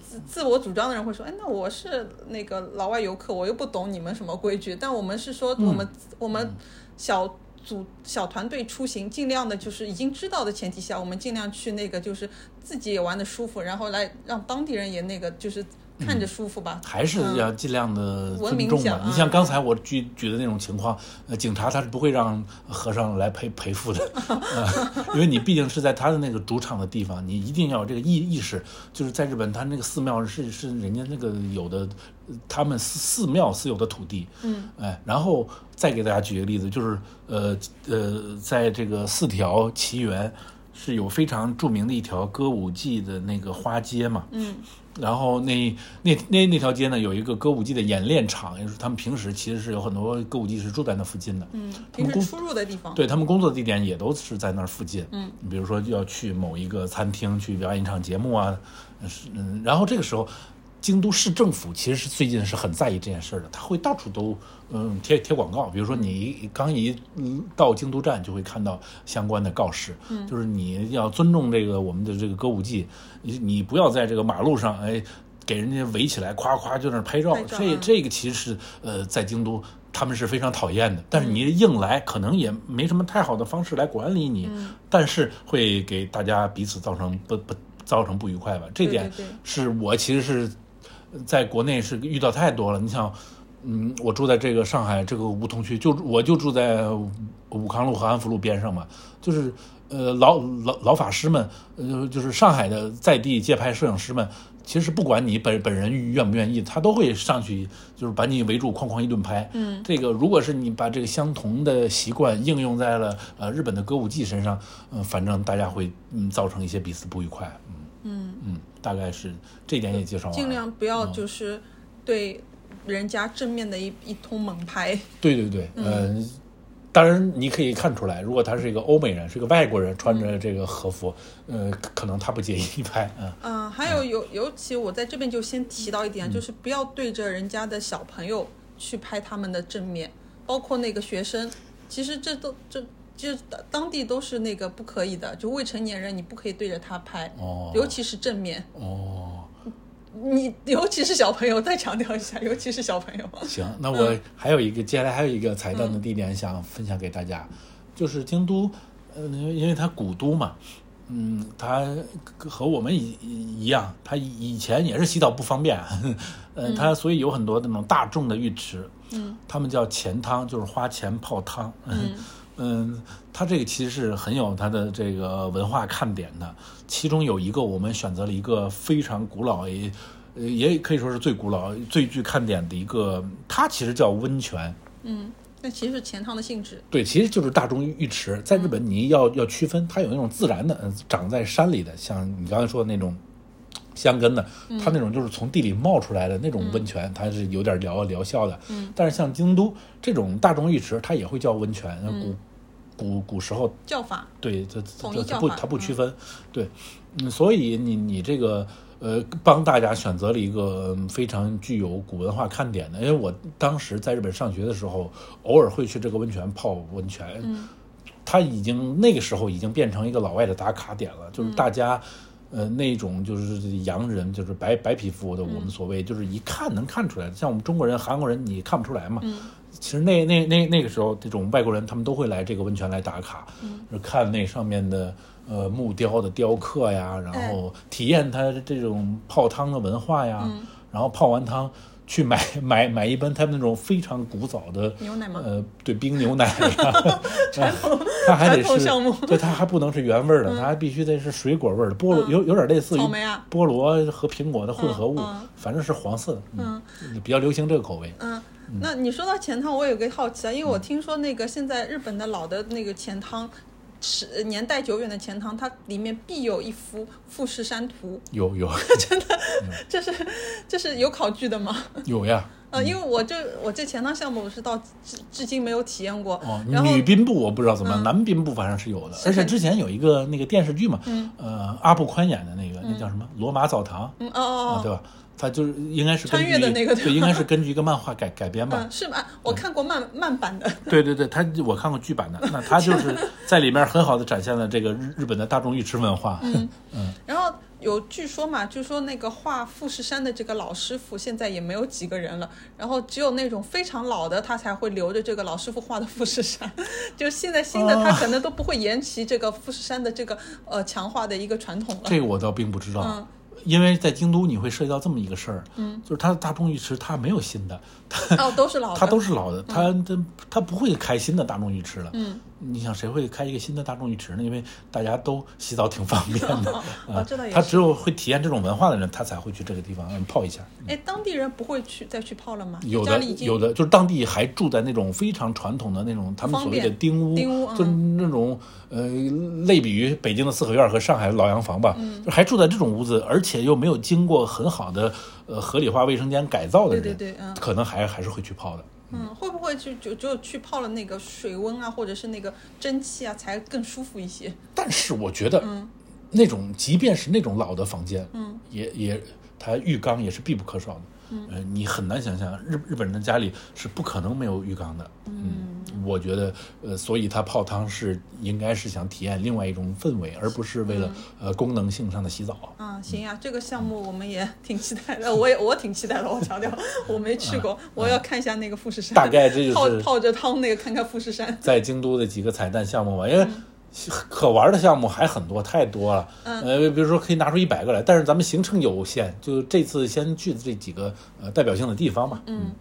Speaker 1: 自自我主张的人会说，哎，那我是那个老外游客，我又不懂你们什么规矩。但我们是说，我们、我们小组小团队出行，尽量的就是已经知道的前提下，我们尽量去那个就是自己也玩的舒服，然后来让当地人也那个就是看着舒服吧。
Speaker 2: 还是要尽量的
Speaker 1: 嗯文
Speaker 2: 尊
Speaker 1: 明
Speaker 2: 重
Speaker 1: 讲
Speaker 2: 嘛。
Speaker 1: 啊
Speaker 2: 你像刚才我举举的那种情况，呃，警察他是不会让和尚来陪陪护的，呃因为你毕竟是在他的那个主场的地方，你一定要有这个意意识。就是在日本，他那个寺庙是是人家那个有的，呃他们寺寺庙私有的土地，嗯，哎，然后再给大家举一个例子，就是呃呃，在这个四条奇缘。是有非常著名的一条歌舞伎的那个花街嘛，
Speaker 1: 嗯
Speaker 2: 然后那那那那条街呢，有一个歌舞伎的演练场，也就是他们平时其实是有很多歌舞伎是住在那附近的，
Speaker 1: 嗯，
Speaker 2: 他
Speaker 1: 平
Speaker 2: 们公
Speaker 1: 时出入的地方。
Speaker 2: 对他们工作的地点也都是在那儿附近。
Speaker 1: 嗯，
Speaker 2: 比如说要去某一个餐厅去表演一场节目啊，是嗯，然后这个时候。京都市政府其实是最近是很在意这件事儿的，他会到处都嗯贴贴广告，比如说你一刚一嗯到京都站就会看到相关的告示，嗯、就是你要尊重这个我们的这个歌舞伎，你你不要在这个马路上哎给人家围起来，夸夸就在那儿拍照啊
Speaker 1: 拍，照
Speaker 2: 这
Speaker 1: 嗯
Speaker 2: 这个其实是呃，在京都他们是非常讨厌的，但是你
Speaker 1: 嗯
Speaker 2: 硬来，可能也没什么太好的方式来管理你，
Speaker 1: 嗯
Speaker 2: 但是会给大家彼此造成不不造成不愉快吧。这
Speaker 1: 对
Speaker 2: 点
Speaker 1: 对对
Speaker 2: 是我其实是在国内是遇到太多了。你想，嗯，我住在这个上海这个梧桐区，就我就住在武武康路和安福路边上嘛，就是呃老老老法师们，呃就是上海的在地街拍摄影师们，其实不管你本本人愿不愿意，他都会上去就是把你围住，哐哐一顿拍。嗯，这个如果是你把这个相同的习惯应用在了呃日本的歌舞伎身上，嗯、反正大家会嗯造成一些彼此不愉快。嗯嗯嗯，大概是这点也介绍完了。
Speaker 1: 尽量不要就是对人家正面的一一通猛拍。
Speaker 2: 对对对，嗯、当然你可以看出来，如果他是一个欧美人，是个外国人，穿着这个和服，呃，可可能他不介意拍，嗯，
Speaker 1: 嗯，还有尤尤其我在这边就先提到一点，就是不要对着人家的小朋友去拍他们的正面，包括那个学生，其实这都这。就是当当地都是那个不可以的，就未成年人你不可以对着他拍，
Speaker 2: 哦
Speaker 1: 尤其是正面，
Speaker 2: 哦，
Speaker 1: 你尤其是小朋友，再强调一下，尤其是小朋友。 (laughs)
Speaker 2: 行，那我还有一个，接下来还有一个彩蛋的地点想分享给大家，就是京都，嗯、因为因为它古都嘛。嗯，它和我们一一样，它以前也是洗澡不方便， (laughs) 呃，它所以有很多那种大众的浴池，
Speaker 1: 嗯
Speaker 2: 他们叫钱汤，就是花钱泡汤。 (laughs) 嗯嗯，它这个其实是很有它的这个文化看点的。其中有一个，我们选择了一个非常古老也。呃，也可以说是最古老、最具看点的一个，它其实叫温泉，
Speaker 1: 嗯，那其实是钱塘的性质。
Speaker 2: 对，其实就是大众浴池。在日本，你要要区分，它有那种自然的，呃长在山里的，像你刚才说的那种香根的，它那种就是从地里冒出来的那种温泉，它是有点疗疗效的。
Speaker 1: 嗯
Speaker 2: 但是像京都这种大众浴池，它也会叫温泉。古古古时候
Speaker 1: 叫法，
Speaker 2: 对，它它
Speaker 1: 统一
Speaker 2: 它
Speaker 1: 叫
Speaker 2: 不
Speaker 1: 法
Speaker 2: 它不区分，对，嗯，所以你你这个呃，帮大家选择了一个嗯非常具有古文化看点的，
Speaker 1: 嗯
Speaker 2: 因为我当时在日本上学的时候，偶尔会去这个温泉泡温泉，它已经那个时候已经变成一个老外的打卡点了，
Speaker 1: 嗯
Speaker 2: 就是大家。呃，那种就是洋人，就是白白皮肤的，我们所谓就是一看能看出来，像我们中国人、韩国人，你看不出来嘛。
Speaker 1: 嗯
Speaker 2: 其实那那那那个时候，这种外国人他们都会来这个温泉来打卡，
Speaker 1: 嗯
Speaker 2: 就是看那上面的呃木雕的雕刻呀，然后
Speaker 1: 哎
Speaker 2: 体验它这种泡汤的文化呀，
Speaker 1: 嗯
Speaker 2: 然后泡完汤去买 (laughs) 买买一杯他们那种非常古早的
Speaker 1: 牛奶吗
Speaker 2: 呃，对，冰
Speaker 1: (laughs)
Speaker 2: 牛奶呀，
Speaker 1: 传统
Speaker 2: 它还得
Speaker 1: 传统
Speaker 2: 是
Speaker 1: 项目
Speaker 2: (laughs)
Speaker 1: 嗯
Speaker 2: 对，它还不能是原味儿的，它还必须得是水果味儿的，菠萝有有点类似于
Speaker 1: 草莓啊
Speaker 2: 菠萝和苹果的混合物
Speaker 1: 嗯嗯，
Speaker 2: 反正是黄色的，
Speaker 1: 嗯，
Speaker 2: 比较流行这个口味。
Speaker 1: 嗯，那你说到钱汤，我有个好
Speaker 2: 嗯
Speaker 1: 奇啊，因为我听说那个现在日本的老的那个钱汤，是年代久远的钱汤，它里面必有一幅富士山图， (laughs)
Speaker 2: 有有
Speaker 1: 这是这是有考据的吗？
Speaker 2: 有呀，
Speaker 1: 呃，因为我这我这钱汤项目我是到至至今没有体验过，
Speaker 2: 哦，
Speaker 1: 然后嗯
Speaker 2: 女兵部我不知道怎么样，男兵部反正是有的，
Speaker 1: 是
Speaker 2: 而且之前有一个那个电视剧嘛，呃，阿部宽演的那个，那叫什么《罗马澡堂
Speaker 1: 嗯哦》
Speaker 2: 啊，
Speaker 1: 嗯哦
Speaker 2: 对吧？他就是应该是根
Speaker 1: 穿越
Speaker 2: 据
Speaker 1: 的那个对吧
Speaker 2: 对，应该是根据一个漫画改改编
Speaker 1: 哦，
Speaker 2: 啊吧
Speaker 1: 嗯，。是吧？我看过慢慢版的，
Speaker 2: 对对对，他我看过剧版的，那他就是在里面很好的展现了这个日日本的大众浴池文化。
Speaker 1: 嗯然后有据说嘛，据说那个画富士山的这个老师傅现在也没有几个人了，然后只有那种非常老的他才会留着这个老师傅画的富士山， (laughs) 就现在新的他
Speaker 2: 哦
Speaker 1: 可能都不会沿袭这个富士山的这个呃强化的一个传统了。
Speaker 2: 这个我倒并不知道，
Speaker 1: 嗯
Speaker 2: 因为在京都你会涉及到这么一个事儿，嗯，就是它的大众浴池它没有新的，它
Speaker 1: 哦，都是老的，
Speaker 2: 它都是老的，它它它不会开新的大众浴池了。
Speaker 1: 嗯，
Speaker 2: 你想谁会开一个新的大众浴池呢？因为大家都洗澡挺方便的
Speaker 1: (laughs) 哦
Speaker 2: 啊
Speaker 1: 这倒也，是
Speaker 2: 他只有会体验这种文化的人，他才会去这个地方嗯泡一下。
Speaker 1: 哎，当地人不会去再去泡了吗？
Speaker 2: 有
Speaker 1: 家
Speaker 2: 的
Speaker 1: 里已经
Speaker 2: 有的就是当地还住在那种非常传统的那种他们所谓的
Speaker 1: 方便
Speaker 2: 丁屋，
Speaker 1: 丁屋嗯
Speaker 2: 就是那种呃类比于北京的四合院和上海的老洋房吧，
Speaker 1: 嗯
Speaker 2: 就还住在这种屋子，而且又没有经过很好的呃合理化卫生间改造的人，
Speaker 1: 对对对嗯
Speaker 2: 可能还还是会去泡的。
Speaker 1: 嗯，会不会去就就去泡了那个水温啊，或者是那个蒸汽啊，才更舒服一些？
Speaker 2: 但是我觉得，那种即便是那种老的房间，嗯，也也它浴缸也是必不可少的。嗯、呃，你很难想象日日本人的家里是不可能没有浴缸的。嗯，我觉得，呃，所以它泡汤是应该是想体验另外一种氛围，而不是为了、呃功能性上的洗澡。
Speaker 1: 啊，行呀、这个项目我们也 (laughs) 挺期待的，我也我挺期待的。我强调，我没去过，我要看一下那个富士山。
Speaker 2: 嗯大概这就
Speaker 1: 泡
Speaker 2: 是
Speaker 1: 泡着汤那个，看看富士山。
Speaker 2: 在京都的几个彩蛋项目吧，因为可玩的项目还很多，太多了。呃，比如说可以拿出一百个来，但是咱们行程有限，就这次先去这几个呃代表性的地方吧。嗯，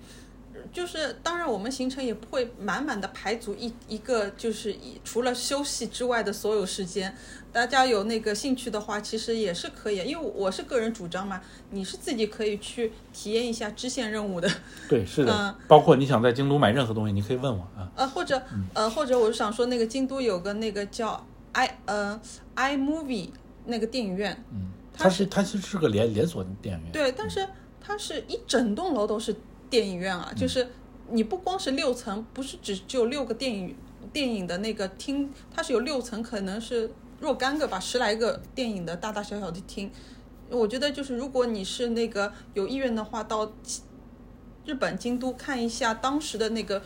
Speaker 1: 就是当然，我们行程也不会满满的排足一一个，就是一除了休息之外的所有时间。大家有那个兴趣的话，其实也是可以，因为我是个人主张嘛，你是自己可以去体验一下支线任务的。
Speaker 2: 对，是的，
Speaker 1: 嗯
Speaker 2: 包括你想在京都买任何东西，你可以问我啊。
Speaker 1: 呃，或者呃，或者我是想说，那个京都有个那个叫 i 呃 iMovie 那个电影院，
Speaker 2: 嗯，
Speaker 1: 它
Speaker 2: 它是它其实是个连连锁电影院。
Speaker 1: 对，但是它是一整栋楼都是电影院啊，就是你不光是六层，不是只只有六个电影电影的那个厅，它是有六层，可能是若干个吧，十来个电影的大大小小的厅。我觉得就是如果你是那个有意愿的话，到日本京都看一下当时的那个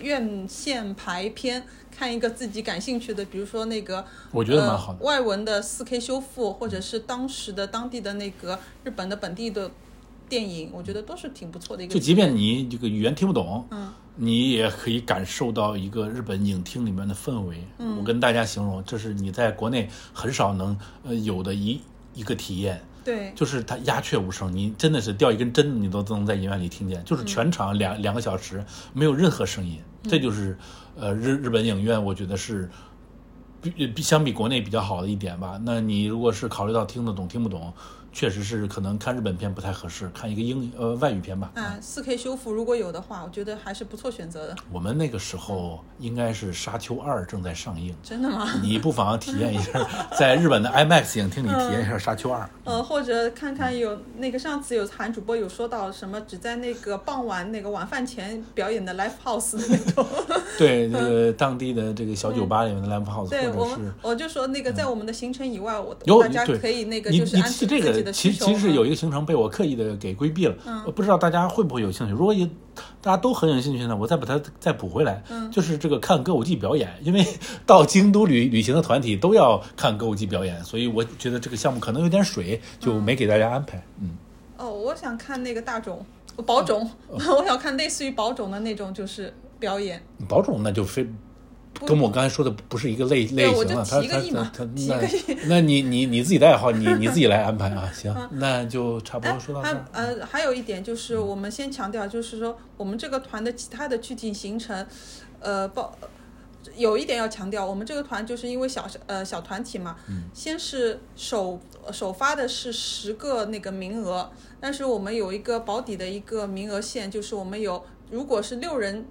Speaker 1: 院线排片，看一个自己感兴趣的，比如说那个
Speaker 2: 我觉得蛮好的
Speaker 1: 呃、外文的四 K 修复，或者是当时的当地的那个日本的本地的电影，我觉得都是挺不错的一个
Speaker 2: 就
Speaker 1: 体验。
Speaker 2: 即便你这个语言听不懂，
Speaker 1: 嗯，
Speaker 2: 你也可以感受到一个日本影厅里面的氛围。嗯，我跟大家形容，这是你在国内很少能呃有的一一个体验。
Speaker 1: 对，
Speaker 2: 就是它鸦雀无声，你真的是掉一根针，你都能在影院里听见。
Speaker 1: 嗯
Speaker 2: 就是全场两、两个小时没有任何声音，这就是呃日日本影院，我觉得是比比相比国内比较好的一点吧。那你如果是考虑到听得懂听不懂，确实是可能看日本片不太合适，看一个英呃外语片吧。
Speaker 1: 啊，四 K 修复如果有的话，我觉得还是不错选择的。 (laughs)
Speaker 2: 我们那个时候应该是《沙丘二》正在上映， (laughs)
Speaker 1: 真的吗？
Speaker 2: 你不妨体验一下， (laughs) 在日本的 IMAX 影
Speaker 1: 嗯
Speaker 2: 厅里体验一下《沙丘二》。
Speaker 1: 呃，或者看看有那个上次有韩主播有说到什么只在那个傍晚那个晚饭前表演的 live house 的
Speaker 2: (laughs)
Speaker 1: 那种，
Speaker 2: 对，这个当地的这个小酒吧里面的 Live House，、
Speaker 1: 对
Speaker 2: 或
Speaker 1: 我
Speaker 2: 者是
Speaker 1: 们我就说那个在我们的行程以外，我
Speaker 2: 有
Speaker 1: 大家
Speaker 2: 对
Speaker 1: 可以那个
Speaker 2: 你
Speaker 1: 就是
Speaker 2: 你
Speaker 1: 按自
Speaker 2: 提这
Speaker 1: 自己
Speaker 2: 个
Speaker 1: 的
Speaker 2: 其
Speaker 1: 需
Speaker 2: 实
Speaker 1: 求。
Speaker 2: 其实有
Speaker 1: 嗯
Speaker 2: 一个行程被我刻意的给规避了，我不知道大家会不会有兴趣。如果有大家都很有兴趣呢，我再把它再补回来。嗯，就是这个看歌舞伎表演，因为 (laughs) 到京都旅旅行的团体都要看歌舞伎表演，所以我觉得这个项目可能有点水，就没给大家安排。嗯，
Speaker 1: 哦，我想看那个大冢宝冢，
Speaker 2: 嗯
Speaker 1: (laughs) 我想看类似于宝冢的那种就是表演。
Speaker 2: 保种那就非跟我刚才说的不是一个类类
Speaker 1: 我
Speaker 2: 型
Speaker 1: 就
Speaker 2: 了。他
Speaker 1: 提个
Speaker 2: 他
Speaker 1: 议
Speaker 2: 他
Speaker 1: 嘛
Speaker 2: 他
Speaker 1: 提个议
Speaker 2: 那那你你你自己的爱好，你你自己来安排啊。行，
Speaker 1: 嗯
Speaker 2: 那就差不多说到这
Speaker 1: 还
Speaker 2: 儿。嗯
Speaker 1: 呃，还有一点就是，我们先强调，就是说我们这个团的其他的具体行程，呃，报有一点要强调，我们这个团就是因为小呃小团体嘛，
Speaker 2: 嗯
Speaker 1: 先是首首发的是十个那个名额，但是我们有一个保底的一个名额线，就是我们有如果是六人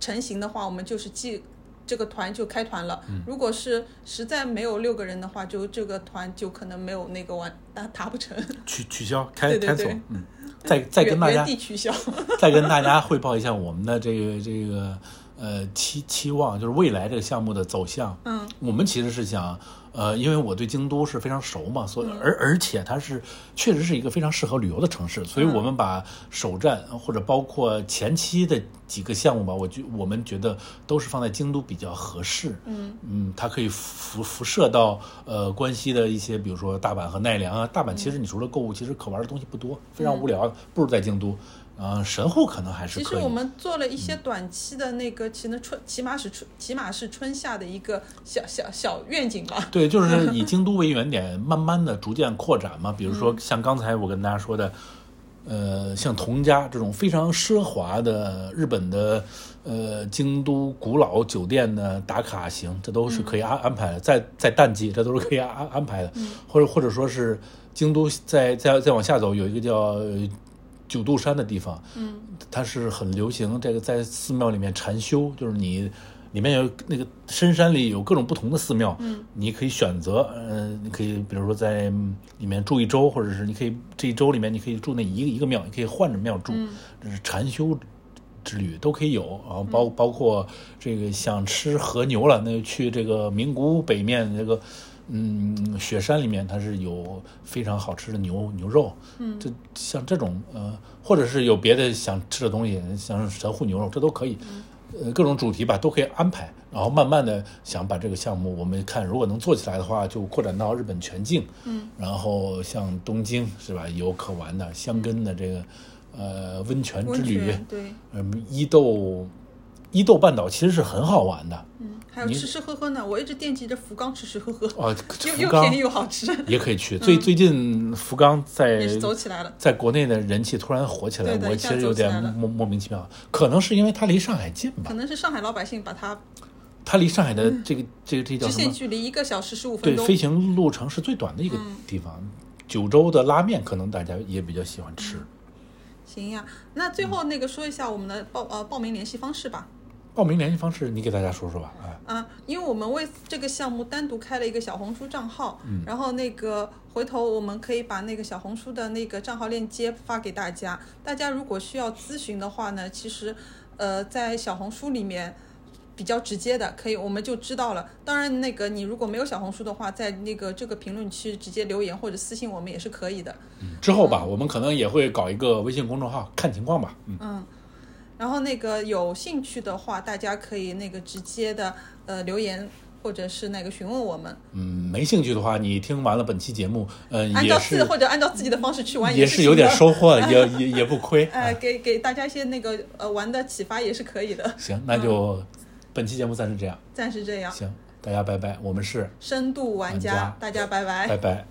Speaker 1: 成型的话，我们就是记。这个团就开团了。
Speaker 2: 嗯
Speaker 1: 如果是实在没有六个人的话，就这个团就可能没有那个完达达不成。
Speaker 2: 取取消开
Speaker 1: 对对
Speaker 2: 开锁
Speaker 1: 对，
Speaker 2: 嗯，再再跟大
Speaker 1: 原原
Speaker 2: 家
Speaker 1: 地取消。
Speaker 2: 再跟大家汇报一下我们的这个这个呃期期望，就是未来这个项目的走向。
Speaker 1: 嗯，
Speaker 2: 我们其实是想，呃，因为我对京都是非常熟嘛，所以
Speaker 1: 嗯
Speaker 2: 而而且它是确实是一个非常适合旅游的城
Speaker 1: 嗯
Speaker 2: 市，所以我们把首站或者包括前期的几个项目吧，我觉我们觉得都是放在京都比较合适。嗯它可以辐辐射到呃关西的一些，比如说大阪和奈良啊。大阪其实你除了购物，其实可玩的东西不多，非常无聊，不如在京都。嗯，神户可能还是
Speaker 1: 其实
Speaker 2: 可以。嗯
Speaker 1: 我们做了一些短期的那个，其实春起码是春，起码是春夏的一个小小小愿景吧。
Speaker 2: 对，就是以京都为原点，慢慢的逐渐扩展嘛。比如说像刚才我跟大家说的，呃，像桐家这种非常奢华的日本的呃京都古老酒店的打卡行，这都是可以安安排的。在在淡季，这都是可以安安安排的，或者或者说是京都再再再往下走，有一个叫。呃九度山的地方，嗯，它是很流行这个在寺庙里面禅修，就是你里面有那个深山里有各种不同的寺庙，嗯，你可以选择，呃，你可以比如说在嗯里面住一周，或者是你可以这一周里面你可以住那一个一个庙，你可以换着庙住，这是禅修之旅都可以有啊，包包括这个想吃和牛了，那就去这个名古屋北面这个。嗯，雪山里面它是有非常好吃的牛牛肉，嗯，这像这种呃，或者是有别的想吃的东西，像神户牛肉，这都可以，呃，各种主题吧都可以安排，然后慢慢的想把这个项目，我们看如果能做起来的话，就扩展到日本全境，嗯，然后像东京是吧，有可玩的香根的这个呃温泉之
Speaker 1: 温
Speaker 2: 旅，
Speaker 1: 泉对，
Speaker 2: 嗯，伊豆伊豆半岛其实是很好玩的
Speaker 1: 嗯，还有
Speaker 2: 你
Speaker 1: 吃吃喝喝呢，我一直惦记着福冈吃吃喝喝，
Speaker 2: (laughs) 哦，
Speaker 1: 又
Speaker 2: 福
Speaker 1: 又便
Speaker 2: 冈
Speaker 1: 宜又好吃，
Speaker 2: (laughs) 也可以去。最最近福冈在
Speaker 1: 也是走起来了。
Speaker 2: 在国内的人气突然火起来，
Speaker 1: 对的
Speaker 2: 我
Speaker 1: 一
Speaker 2: 其
Speaker 1: 下
Speaker 2: 实
Speaker 1: 走
Speaker 2: 有
Speaker 1: 起
Speaker 2: 点
Speaker 1: 来了
Speaker 2: 莫莫名其妙，可能是因为它离上海近吧
Speaker 1: 可，能是上海老百姓把它
Speaker 2: 它离上海的这个、这个这叫
Speaker 1: 嗯直
Speaker 2: 什
Speaker 1: 线
Speaker 2: 么？
Speaker 1: 距离一个小时十五分嗯
Speaker 2: 对，
Speaker 1: 钟
Speaker 2: 飞，行路程是最短的一个地方。九州的拉面可能大家也比较喜欢吃。
Speaker 1: 嗯行呀。那最后那个说一下我们的报呃报名联系方式吧。
Speaker 2: 报名联系方式你给大家说说吧，啊，
Speaker 1: 啊，因为我们为这个项目单独开了一个小红书账号，然后那个回头我们可以把那个小红书的那个账号链接发给大家。大家如果需要咨询的话呢，其实呃在小红书里面。比较直接的，可以，我们就知道了。当然，那个你如果没有小红书的话，在那个这个评论区直接留言或者私信我们也是可以的。
Speaker 2: 之后
Speaker 1: 嗯
Speaker 2: 吧，我们可能也会搞一个微信公众号，看情况吧。嗯，
Speaker 1: 然后那个有兴趣的话，大家可以那个直接的呃留言或者是那个询问我们。
Speaker 2: 嗯，没兴趣的话，你听完了本期节目，呃，
Speaker 1: 按
Speaker 2: 也
Speaker 1: 照自
Speaker 2: 是
Speaker 1: 或者按照自己的方式去玩
Speaker 2: 也
Speaker 1: 是
Speaker 2: 是有点
Speaker 1: 行的。
Speaker 2: 收获，也也也不
Speaker 1: (laughs)
Speaker 2: 亏。啊
Speaker 1: 呃，给给大家一些那个呃玩的启发也是可以的，
Speaker 2: 行，那就本期节目暂时这样。
Speaker 1: 暂时这样。
Speaker 2: 行，大家拜拜，我们是
Speaker 1: 深度玩
Speaker 2: 玩家
Speaker 1: 大家拜拜
Speaker 2: 拜拜。